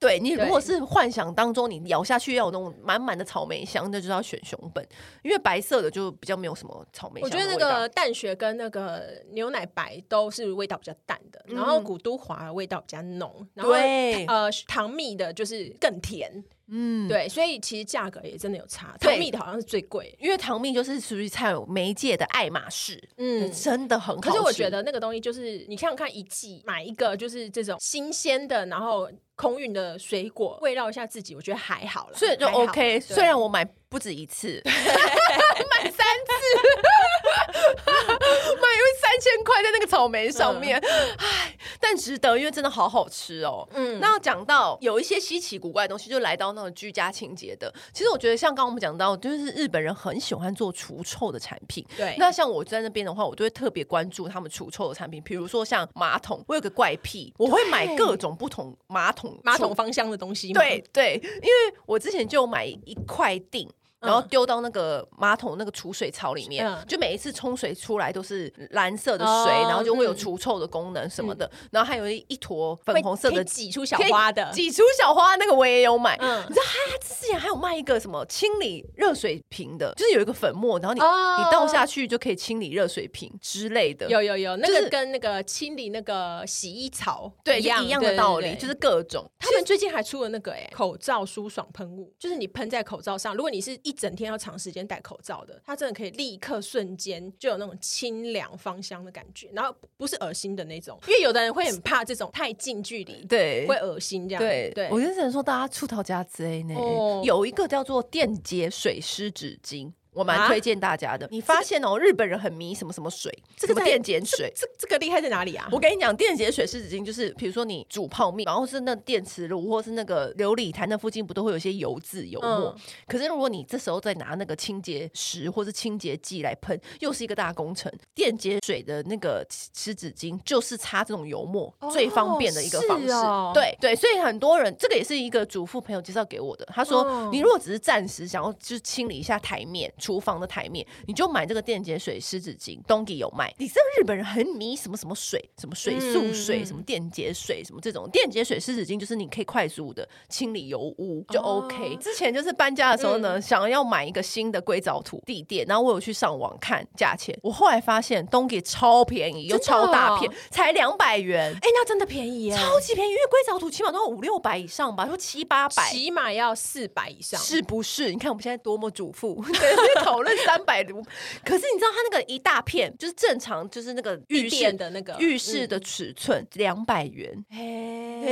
[SPEAKER 1] 对你如
[SPEAKER 2] 对
[SPEAKER 1] 果是幻想当中你咬下去要有那种满满的草莓香，那就是要选熊本，因为白色的就比较没有什么草莓
[SPEAKER 2] 我
[SPEAKER 1] 香
[SPEAKER 2] 觉
[SPEAKER 1] 的味
[SPEAKER 2] 得
[SPEAKER 1] 道。
[SPEAKER 2] 那个淡雪跟那个牛奶白都是味道比较淡的，然后古都华味道比较浓，然后
[SPEAKER 1] 对
[SPEAKER 2] 呃糖蜜的就是更甜，嗯，对，所以其实价格也真的有差，
[SPEAKER 1] 对
[SPEAKER 2] 糖蜜的好像是最贵，
[SPEAKER 1] 因为糖蜜就是属于菜媒介的爱马仕，
[SPEAKER 2] 嗯
[SPEAKER 1] 嗯，真的很好吃。
[SPEAKER 2] 可是我觉得那个东西就是你想想看，一季买一个就是这种新鲜的，然后空运的水果，慰劳一下自己，我觉得还好了，
[SPEAKER 1] 所以就
[SPEAKER 2] 还好
[SPEAKER 1] OK。
[SPEAKER 2] 对
[SPEAKER 1] 虽然我买不止一 次，买三次， 买因为三千块在那个草莓上面，唉，但值得，因为真的好好吃哦。
[SPEAKER 2] 嗯
[SPEAKER 1] 嗯，那讲到有一些稀奇古怪的东西，就来到那种居家清洁的。其实我觉得，像刚刚我们讲到，就是日本人很喜欢做除臭的产品。
[SPEAKER 2] 对
[SPEAKER 1] 那像我在那边的话，我就会特别关注他们除臭的产品，比如说像马桶，我有个怪癖，我会买各种不同马桶
[SPEAKER 2] 马
[SPEAKER 1] 除
[SPEAKER 2] 桶芳香的东西嘛，
[SPEAKER 1] 对对，因为我之前就有买一块锭。然后
[SPEAKER 2] 嗯
[SPEAKER 1] 丢到那个马桶那个储水槽里面，
[SPEAKER 2] 嗯
[SPEAKER 1] 就每一次冲水出来都是蓝色的水，
[SPEAKER 2] 哦
[SPEAKER 1] 然后就会有
[SPEAKER 2] 嗯
[SPEAKER 1] 除臭的功能什么的。然后还有一一坨粉红色
[SPEAKER 2] 会可
[SPEAKER 1] 的
[SPEAKER 2] 以挤出小花的，
[SPEAKER 1] 挤出小花，那个我也有买。
[SPEAKER 2] 嗯
[SPEAKER 1] 你知道，它之前还有卖一个什么清理热水瓶的，就是有一个粉末，然后你、
[SPEAKER 2] 哦
[SPEAKER 1] 你倒下去就可以清理热水瓶之类的。
[SPEAKER 2] 有有有，那
[SPEAKER 1] 就
[SPEAKER 2] 个
[SPEAKER 1] 是
[SPEAKER 2] 跟那个清理那个洗衣槽
[SPEAKER 1] 对，就一样的道理，就是是各种。
[SPEAKER 2] 他们最近还出了那个哎、口罩舒爽喷雾，就是你喷在口罩上，如果你是一整天要长时间戴口罩的，它真的可以立刻瞬间就有那种清凉芳香的感觉，然后不是恶心的那种，因为有的人会很怕这种太近距离
[SPEAKER 1] 对，
[SPEAKER 2] 会恶心这样，
[SPEAKER 1] 对
[SPEAKER 2] 对
[SPEAKER 1] 我。就只能说大家出逃家之类呢。
[SPEAKER 2] 哦
[SPEAKER 1] 有一个叫做电解水湿纸巾。我蛮
[SPEAKER 2] 啊
[SPEAKER 1] 推荐大家的。你发现哦，日本人很迷什么什么水，
[SPEAKER 2] 这
[SPEAKER 1] 这个
[SPEAKER 2] 个在
[SPEAKER 1] 电解水。
[SPEAKER 2] 这这个厉害在哪里啊？
[SPEAKER 1] 我跟你讲，电解水湿纸巾就是，比如说你煮泡面，然后是那电磁炉或是那个琉璃坛那附近，不都会有一些油渍油墨？
[SPEAKER 2] 嗯
[SPEAKER 1] 可是如果你这时候再拿那个清洁石或是清洁剂来喷，又是一个大工程。电解水的那个湿纸巾就是擦这种油墨、
[SPEAKER 2] 哦
[SPEAKER 1] 最方便的一个方式。
[SPEAKER 2] 是哦
[SPEAKER 1] 对对，所以很多人这个也是一个主妇朋友介绍给我的，他说、
[SPEAKER 2] 嗯
[SPEAKER 1] 你如果只是暂时想要就是清理一下台面、厨房的台面，你就买这个电解水湿纸巾，东吉有卖。你知道日本人很迷什么什么水，什么水素水，
[SPEAKER 2] 嗯
[SPEAKER 1] 什么电解水，什么这种电解水湿纸巾，就是你可以快速的清理油污就
[SPEAKER 2] 哦嗯
[SPEAKER 1] OK。之前就是搬家的时候呢，想要买一个新的硅藻土地垫，然后我有去上网看价钱，我后来发现东吉超便宜，又
[SPEAKER 2] 真的哦
[SPEAKER 1] 超大片，才两百元。
[SPEAKER 2] 哎、那真的便宜耶，
[SPEAKER 1] 超级便宜，因为硅藻土起码都要五六百以上吧，说七八百，
[SPEAKER 2] 起码要四百以上，
[SPEAKER 1] 是不是？你看我们现在多么主 妇，在那边讨论三百卢。可是你知道它那个一大片，就是正常，就是那个嗯浴
[SPEAKER 2] 地垫
[SPEAKER 1] 室
[SPEAKER 2] 的那个
[SPEAKER 1] 浴室的尺寸两百元，
[SPEAKER 2] 哎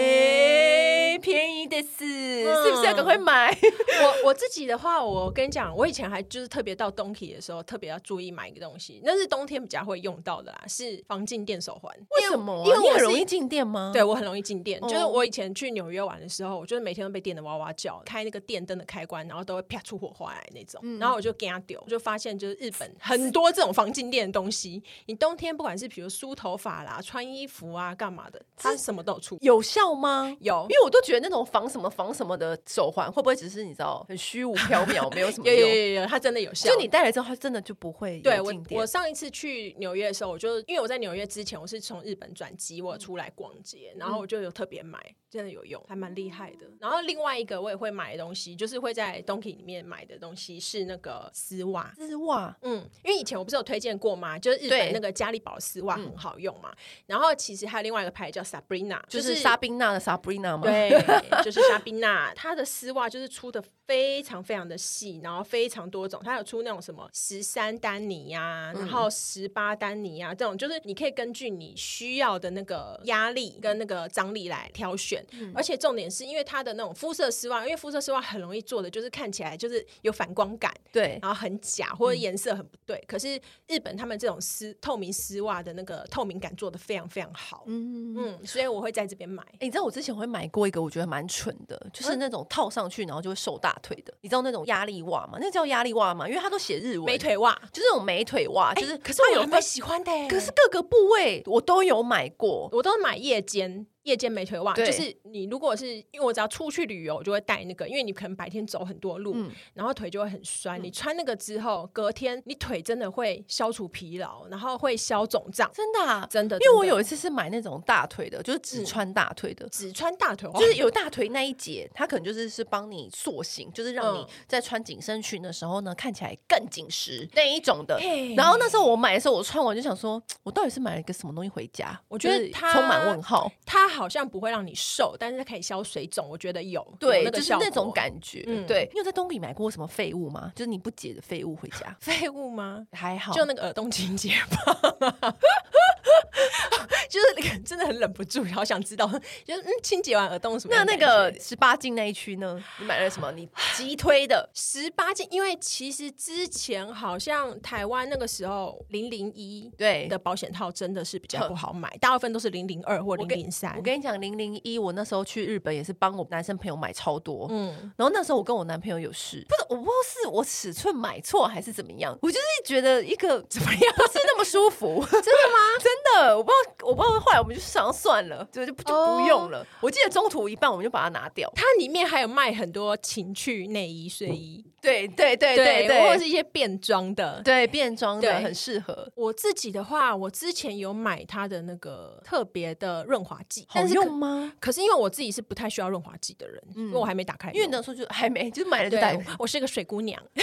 [SPEAKER 1] 哎，便宜的是，
[SPEAKER 2] 嗯
[SPEAKER 1] 是不是要赶快买？
[SPEAKER 2] 我我自己的话，我跟你讲，我以前还就是特别到冬季的时候，特别要注意买一个东西，那是冬天比较会用到的啦，是防静电手环。
[SPEAKER 1] 为什么啊？
[SPEAKER 2] 因为
[SPEAKER 1] 因为
[SPEAKER 2] 我
[SPEAKER 1] 我
[SPEAKER 2] 是
[SPEAKER 1] 很容易静电吗？
[SPEAKER 2] 对我很容易静电，
[SPEAKER 1] 哦
[SPEAKER 2] 就是我以前去纽约玩的时候，我就是每天都被电的哇哇叫，开那个电灯的开关，然后都会啪出火花来那种，
[SPEAKER 1] 嗯
[SPEAKER 2] 然后我就跟他丢，我就发现就是日本很多这种防静电的东西，你冬天不管是比如梳头发啦、穿衣服啊、干嘛的，它什么都有出，
[SPEAKER 1] 有效吗？
[SPEAKER 2] 有
[SPEAKER 1] 因为我都觉得那种防什么防什么的手环，会不会只是你知道很虚无缥缈，没有什么
[SPEAKER 2] 有有
[SPEAKER 1] 用？
[SPEAKER 2] 有有，它真的有效，
[SPEAKER 1] 就你戴了之后，它真的就不会
[SPEAKER 2] 对
[SPEAKER 1] 有
[SPEAKER 2] 我
[SPEAKER 1] 静，电
[SPEAKER 2] 我上一次去纽约的时候，我就因为我在纽约之前，我是从日本转机，我有出来逛街，然后我就有特别买，真的有用，嗯还蛮厉害的。然后另外一个我也会买的东西，就是会在 Donkey 里面买的东西是那个丝袜。
[SPEAKER 1] 丝袜
[SPEAKER 2] 嗯，因为以前我不是有推荐过吗？就是日本
[SPEAKER 1] 对
[SPEAKER 2] 那个嘉利宝丝袜很好用嘛。然后其实还有另外一个牌叫 Sabrina，
[SPEAKER 1] 就是莎宾娜的 Sabrina 吗？
[SPEAKER 2] 对就是莎宾娜，她的丝袜就是出的非常非常的细，然后非常多种，她有出那种什么十三丹尼呀、然后十八丹尼呀、啊这种，就是你可以根据你需要的那个压力跟那个张力来挑选。而且重点是因为它的那种肤色丝袜，因为肤色丝袜很容易做的就是看起来就是有反光感，
[SPEAKER 1] 对，
[SPEAKER 2] 然后很假或者颜色很不对。可是日本他们这种丝透明丝袜的那个透明感做的非常非常好，嗯嗯，所以我会在这边买。
[SPEAKER 1] 欸你知道我之前会买过一个我觉得蛮蠢的，
[SPEAKER 2] 嗯
[SPEAKER 1] 就是那种套上去然后就会瘦大腿的，你知道那种压力袜吗？那叫压力袜吗？因为它都写日文，
[SPEAKER 2] 美，腿袜，
[SPEAKER 1] 就是那种美腿袜，哎就是、
[SPEAKER 2] 欸可是我
[SPEAKER 1] 它有
[SPEAKER 2] 还蛮
[SPEAKER 1] 分，
[SPEAKER 2] 喜欢的、
[SPEAKER 1] 可是各个部位我都有买过。
[SPEAKER 2] 我都买夜间夜间美腿袜，
[SPEAKER 1] 对
[SPEAKER 2] 就是你如果是因为我只要出去旅游，我就会带那个，因为你可能白天走很多路，
[SPEAKER 1] 嗯
[SPEAKER 2] 然后腿就会很酸。你穿那个之后，隔天你腿真的会消除疲劳，然后会消肿胀，
[SPEAKER 1] 真的、啊，
[SPEAKER 2] 真的。
[SPEAKER 1] 因为
[SPEAKER 2] 真的
[SPEAKER 1] 我有一次是买那种大腿的，就是只
[SPEAKER 2] 嗯
[SPEAKER 1] 穿大腿的，
[SPEAKER 2] 只穿大腿袜，
[SPEAKER 1] 就是有大腿那一节，它可能就是是帮你塑形，就是让你
[SPEAKER 2] 嗯
[SPEAKER 1] 在穿紧身裙的时候呢，看起来更紧实那一种的
[SPEAKER 2] 嘿。
[SPEAKER 1] 然后那时候我买的时候，我穿完就想说，我到底是买了一个什么东西回家？
[SPEAKER 2] 我觉得
[SPEAKER 1] 就是
[SPEAKER 2] 它
[SPEAKER 1] 充满问号。
[SPEAKER 2] 它好像不会让你瘦，但是它可以消水肿，我觉得有有
[SPEAKER 1] 对，
[SPEAKER 2] 那个
[SPEAKER 1] 就是
[SPEAKER 2] 效
[SPEAKER 1] 那种
[SPEAKER 2] 果
[SPEAKER 1] 感觉。
[SPEAKER 2] 嗯，
[SPEAKER 1] 对，你有在东北买过什么废物吗？就是你不解的废物回家
[SPEAKER 2] 废物吗？
[SPEAKER 1] 还好，
[SPEAKER 2] 就那个耳洞情节吧，啊 就是真的很忍不住，好想知道，就是嗯，清洁完耳洞什么
[SPEAKER 1] 那
[SPEAKER 2] 样的
[SPEAKER 1] 那
[SPEAKER 2] 感觉？
[SPEAKER 1] 个十八禁那一区呢？你买了什么？你急推的
[SPEAKER 2] 十八禁，因为其实之前好像台湾那个时候零零一
[SPEAKER 1] 对
[SPEAKER 2] 的保险套真的是比较不好买，大部分都是零零二或零
[SPEAKER 1] 跟
[SPEAKER 2] 零三
[SPEAKER 1] 我。跟你讲，零零一，我那时候去日本也是帮我男生朋友买超多，
[SPEAKER 2] 嗯，
[SPEAKER 1] 然后那时候我跟我男朋友有事，不是我不知道是我尺寸买错还是怎么样，我就是觉得一个怎么样不是那么舒服， 真的吗？真的，我不知道，我不知道，后来我们就想算了，就就就不用了。我记得中途一半我们就把它拿掉。
[SPEAKER 2] 它里面还有卖很多情趣内衣、睡衣，
[SPEAKER 1] 对对对对
[SPEAKER 2] 或
[SPEAKER 1] 对
[SPEAKER 2] 者是一些变装的。
[SPEAKER 1] 对变装的
[SPEAKER 2] 对
[SPEAKER 1] 很适合，
[SPEAKER 2] 我自己的话，我之前有买它的那个特别的润滑剂，
[SPEAKER 1] 好
[SPEAKER 2] 但是可
[SPEAKER 1] 用吗？
[SPEAKER 2] 可是因为我自己是不太需要润滑剂的人，因为我还没打开用，
[SPEAKER 1] 嗯因为那时候就还没，就是买了就
[SPEAKER 2] 对，
[SPEAKER 1] 带回
[SPEAKER 2] 我我是个水姑娘，
[SPEAKER 1] 就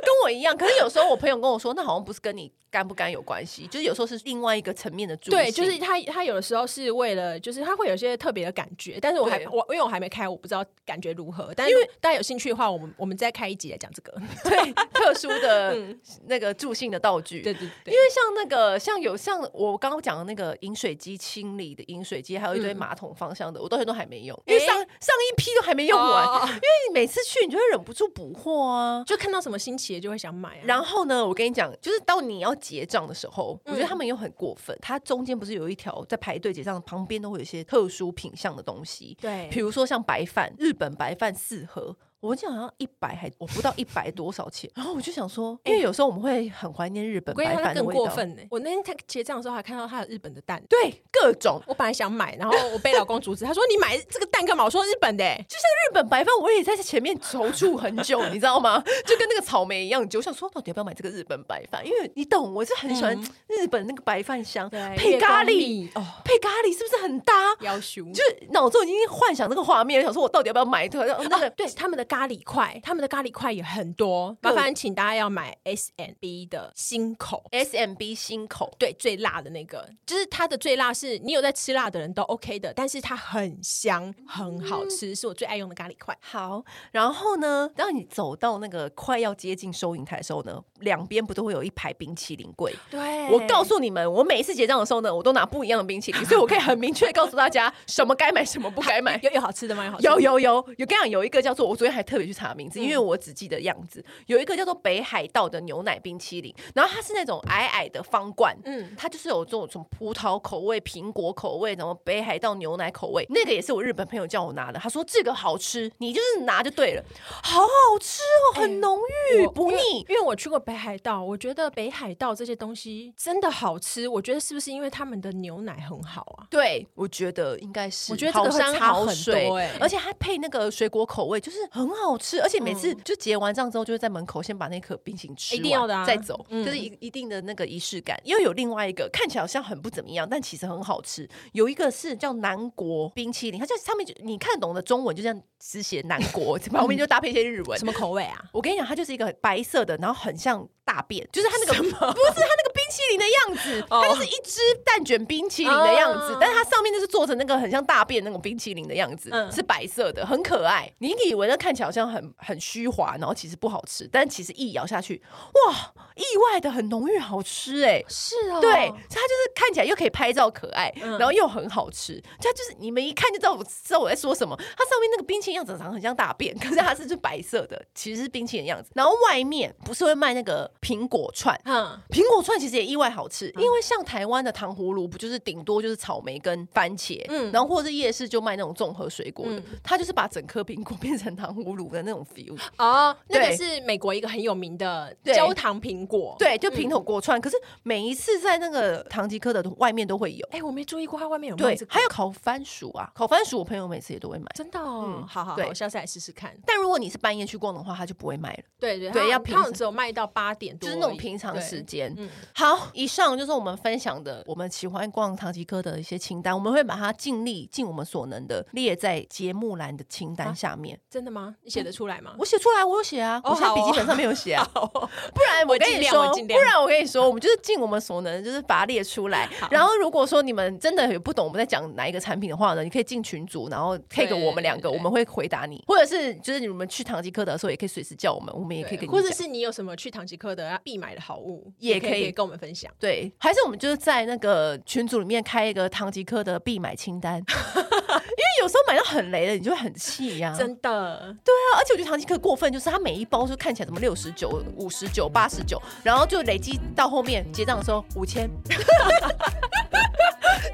[SPEAKER 1] 跟我一样。可是有时候我朋友跟我说，那好像不是跟你干不干有关系，就是有时候是另外一个层面的注意
[SPEAKER 2] 对，
[SPEAKER 1] 性
[SPEAKER 2] 就是它它有的时候是为了，就是它会有一些特别的感觉，但是我还
[SPEAKER 1] 对
[SPEAKER 2] 我因为我还没开，我不知道感觉如何。但是
[SPEAKER 1] 因为
[SPEAKER 2] 大家有兴趣的话，我们我们再开一集来讲 这个。
[SPEAKER 1] 对特殊 的那个助兴的道具。
[SPEAKER 2] 对对对，
[SPEAKER 1] 因为像那个，像有像我刚刚讲的那个饮水机清理的饮水机，还有一堆
[SPEAKER 2] 嗯
[SPEAKER 1] 马桶芳香的，我到现在都还没用，因为上、上一批都还没用完。
[SPEAKER 2] 哦
[SPEAKER 1] 因为你每次去，你就会忍不住补货啊。
[SPEAKER 2] 就看到什么新奇的就会想买啊。
[SPEAKER 1] 然后呢，我跟你讲，就是到你要结账的时候，我觉
[SPEAKER 2] 嗯
[SPEAKER 1] 得他们又很过分。它中间不是有一条在排队结账，旁边都会有一些特殊品相的东西，
[SPEAKER 2] 对
[SPEAKER 1] 比如说像白饭，日本白饭四盒。我记得好像一百还我不到一百多少钱，然后我就想说，因为有时候我们会很怀念日本
[SPEAKER 2] 我跟
[SPEAKER 1] 白
[SPEAKER 2] 你
[SPEAKER 1] 饭
[SPEAKER 2] 讲，
[SPEAKER 1] 的
[SPEAKER 2] 更
[SPEAKER 1] 味
[SPEAKER 2] 过
[SPEAKER 1] 道，
[SPEAKER 2] 分呢、我那天他结账的时候还看到他有日本的蛋，
[SPEAKER 1] 对各种
[SPEAKER 2] 我本来想买，然后我被老公阻止，他说你买这个蛋干嘛？我说日本的、欸，
[SPEAKER 1] 就像日本白饭，我也在前面踌躇很久，你知道吗？就跟那个草莓一样久，我想说到底要不要买这个日本白饭？因为你懂，我是很喜欢日本那个白饭香，配咖喱，
[SPEAKER 2] 哦，
[SPEAKER 1] 配咖喱是不是很搭？
[SPEAKER 2] 要求
[SPEAKER 1] 就是脑中已经幻想那个画面，想说我到底要不要买它？然后那
[SPEAKER 2] 那
[SPEAKER 1] 个、
[SPEAKER 2] 个对他们的咖喱块，他们的咖喱块也很多，麻
[SPEAKER 1] 对
[SPEAKER 2] 烦请大家要买 S N B 的新口。
[SPEAKER 1] S M B 心口，
[SPEAKER 2] 对，最辣的那个，就是它的最辣是你有在吃辣的人都 OK 的，但是它很香，很好吃，是我最爱用的咖喱块。
[SPEAKER 1] 好，然后呢，当你走到那个快要接近收银台的时候呢，两边不都会有一排冰淇淋柜？
[SPEAKER 2] 对
[SPEAKER 1] 我告诉你们，我每一次结账的时候呢，我都拿不一样的冰淇淋，所以我可以很明确地告诉大家什么该买，什么不该买。
[SPEAKER 2] 有有好吃的吗？有好吃的
[SPEAKER 1] 有有有有，跟你讲，有一个叫做我昨天还特别去查名字，因为
[SPEAKER 2] 嗯
[SPEAKER 1] 我只记得样子。有一个叫做北海道的牛奶冰淇淋，然后它是那种矮矮的方罐，
[SPEAKER 2] 嗯
[SPEAKER 1] 嗯，它就是有这种什么葡萄口味、苹果口味，然后北海道牛奶口味，那个也是我日本朋友叫我拿的，他说这个好吃，你就是拿就对了，好好吃哦，很浓郁、
[SPEAKER 2] 哎我
[SPEAKER 1] 不
[SPEAKER 2] 因为
[SPEAKER 1] 腻。
[SPEAKER 2] 因为我去过北海道，我觉得北海道这些东西真的好吃。我觉得是不是因为他们的牛奶很好啊？
[SPEAKER 1] 对，我觉得应该是，
[SPEAKER 2] 我觉得这
[SPEAKER 1] 好
[SPEAKER 2] 个会
[SPEAKER 1] 山
[SPEAKER 2] 差
[SPEAKER 1] 好
[SPEAKER 2] 很
[SPEAKER 1] 水
[SPEAKER 2] 多欸
[SPEAKER 1] 而且它配那个水果口味，就是很好吃，而且每次就结完账之后，就会在门口先把那颗冰淇淋吃
[SPEAKER 2] 嗯一
[SPEAKER 1] 完，
[SPEAKER 2] 定要的啊
[SPEAKER 1] 再走，
[SPEAKER 2] 嗯
[SPEAKER 1] 就是一一定的那个仪式感。又有另外一个看起来好像很不怎么样，但其实很好吃，有一个是叫南国冰淇淋，它就是上面就你看懂的中文就这样只写南国， 旁边就搭配一些日文
[SPEAKER 2] 什。么口味啊？
[SPEAKER 1] 我跟你讲，它就是一个白色的，然后很像大便，就是它那个不是它那个冰淇淇淋的样 子，
[SPEAKER 2] 哦
[SPEAKER 1] 它就是一只蛋卷冰淇淋的样子，
[SPEAKER 2] 哦
[SPEAKER 1] 但是它上面就是做成那个很像大便那种冰淇淋的样子，
[SPEAKER 2] 嗯
[SPEAKER 1] 是白色的，很可爱。你以为那看起来好像很很虚华，然后其实不好吃，但其实一咬下去，哇，意外的很浓郁好吃哎、
[SPEAKER 2] 是哦，
[SPEAKER 1] 对，所以它就是看起来又可以拍照可爱，
[SPEAKER 2] 嗯
[SPEAKER 1] 然后又很好吃。它就是你们一看就知道我知道我在说什么。它上面那个冰淇淋样子长得很像大便，可是它是就白色的，其实是冰淇淋的样子。然后外面不是会卖那个苹果 串。
[SPEAKER 2] 嗯，
[SPEAKER 1] 苹果串其实也意外好吃，因为像台湾的糖葫芦，不就是顶多就是草莓跟番茄，
[SPEAKER 2] 嗯
[SPEAKER 1] 然后或者是夜市就卖那种综合水果的，
[SPEAKER 2] 嗯
[SPEAKER 1] 它就是把整颗苹果变成糖葫芦的那种 feel。
[SPEAKER 2] 哦，那个
[SPEAKER 1] 对
[SPEAKER 2] 是美国一个很有名的
[SPEAKER 1] 对
[SPEAKER 2] 焦糖苹果，，
[SPEAKER 1] 对，就平头果串。可是每一次在那个唐吉诃德的外面都会有。
[SPEAKER 2] 哎，我没注意过它外面有卖
[SPEAKER 1] 对
[SPEAKER 2] 这，个，
[SPEAKER 1] 还有烤番薯啊，烤番薯我朋友每次也都会买。
[SPEAKER 2] 真的哦，好好
[SPEAKER 1] 嗯
[SPEAKER 2] 好，
[SPEAKER 1] 对
[SPEAKER 2] 我下次来试试看。
[SPEAKER 1] 但如果你是半夜去逛的话，他就不会卖了，
[SPEAKER 2] 对对
[SPEAKER 1] 对
[SPEAKER 2] 它
[SPEAKER 1] 要
[SPEAKER 2] 它
[SPEAKER 1] 平
[SPEAKER 2] 好像只有卖到八点
[SPEAKER 1] 就
[SPEAKER 2] 多而已，
[SPEAKER 1] 是那种平常
[SPEAKER 2] 对
[SPEAKER 1] 时，间。
[SPEAKER 2] 嗯
[SPEAKER 1] 好，以上就是我们分享的，我们喜欢逛唐吉诃德的一些清单，我们会把它尽力尽我们所能的列在节目栏的清单下面。
[SPEAKER 2] 真的吗？你写得出来吗？
[SPEAKER 1] 我写出来，我有写啊，
[SPEAKER 2] 哦
[SPEAKER 1] 我现在笔
[SPEAKER 2] 好
[SPEAKER 1] 记
[SPEAKER 2] 哦
[SPEAKER 1] 本上面有写啊，不然我
[SPEAKER 2] 我
[SPEAKER 1] 跟
[SPEAKER 2] 尽
[SPEAKER 1] 你
[SPEAKER 2] 量
[SPEAKER 1] 说，
[SPEAKER 2] 我尽量
[SPEAKER 1] 不然我跟你说，我们就是尽我们所能，就是把它列出来
[SPEAKER 2] 好。
[SPEAKER 1] 然后如果说你们真的有不懂我们在讲哪一个产品的话呢，你可以进群组，然后 take
[SPEAKER 2] 对
[SPEAKER 1] 我们两个，
[SPEAKER 2] 对
[SPEAKER 1] 我们会回答你，或者是就是你们去唐吉诃德的时候，也可以随时叫我们，我们也可以
[SPEAKER 2] 对
[SPEAKER 1] 跟你
[SPEAKER 2] 或者
[SPEAKER 1] 讲
[SPEAKER 2] 是你有什么去唐吉诃德要必买的好物，
[SPEAKER 1] 也
[SPEAKER 2] 可
[SPEAKER 1] 可以
[SPEAKER 2] 跟我们分享。
[SPEAKER 1] 对，还是我们就是在那个群组里面开一个唐吉诃德必买清单，因为有时候买到很雷的，你就会很气呀、
[SPEAKER 2] 真的，
[SPEAKER 1] 对啊，而且我觉得唐吉诃德过分，就是它每一包就看起来怎么六十九、五十九、八十九，然后就累积到后面结账的时候五千，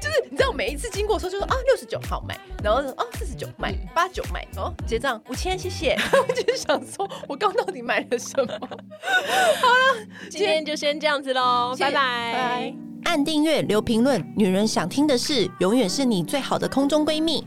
[SPEAKER 1] 就是你知道我每一次经过的时候就说啊六十九好买，然后啊四十九买，
[SPEAKER 2] 嗯
[SPEAKER 1] 八九买，哦结账五千谢 谢，就是想说我刚到底买了什么。
[SPEAKER 2] 今天就先这样子喽，
[SPEAKER 1] 谢
[SPEAKER 2] 拜
[SPEAKER 1] 谢
[SPEAKER 2] 拜。
[SPEAKER 1] 按订阅，留评论，女人想听的事，永远是你最好的空中闺蜜。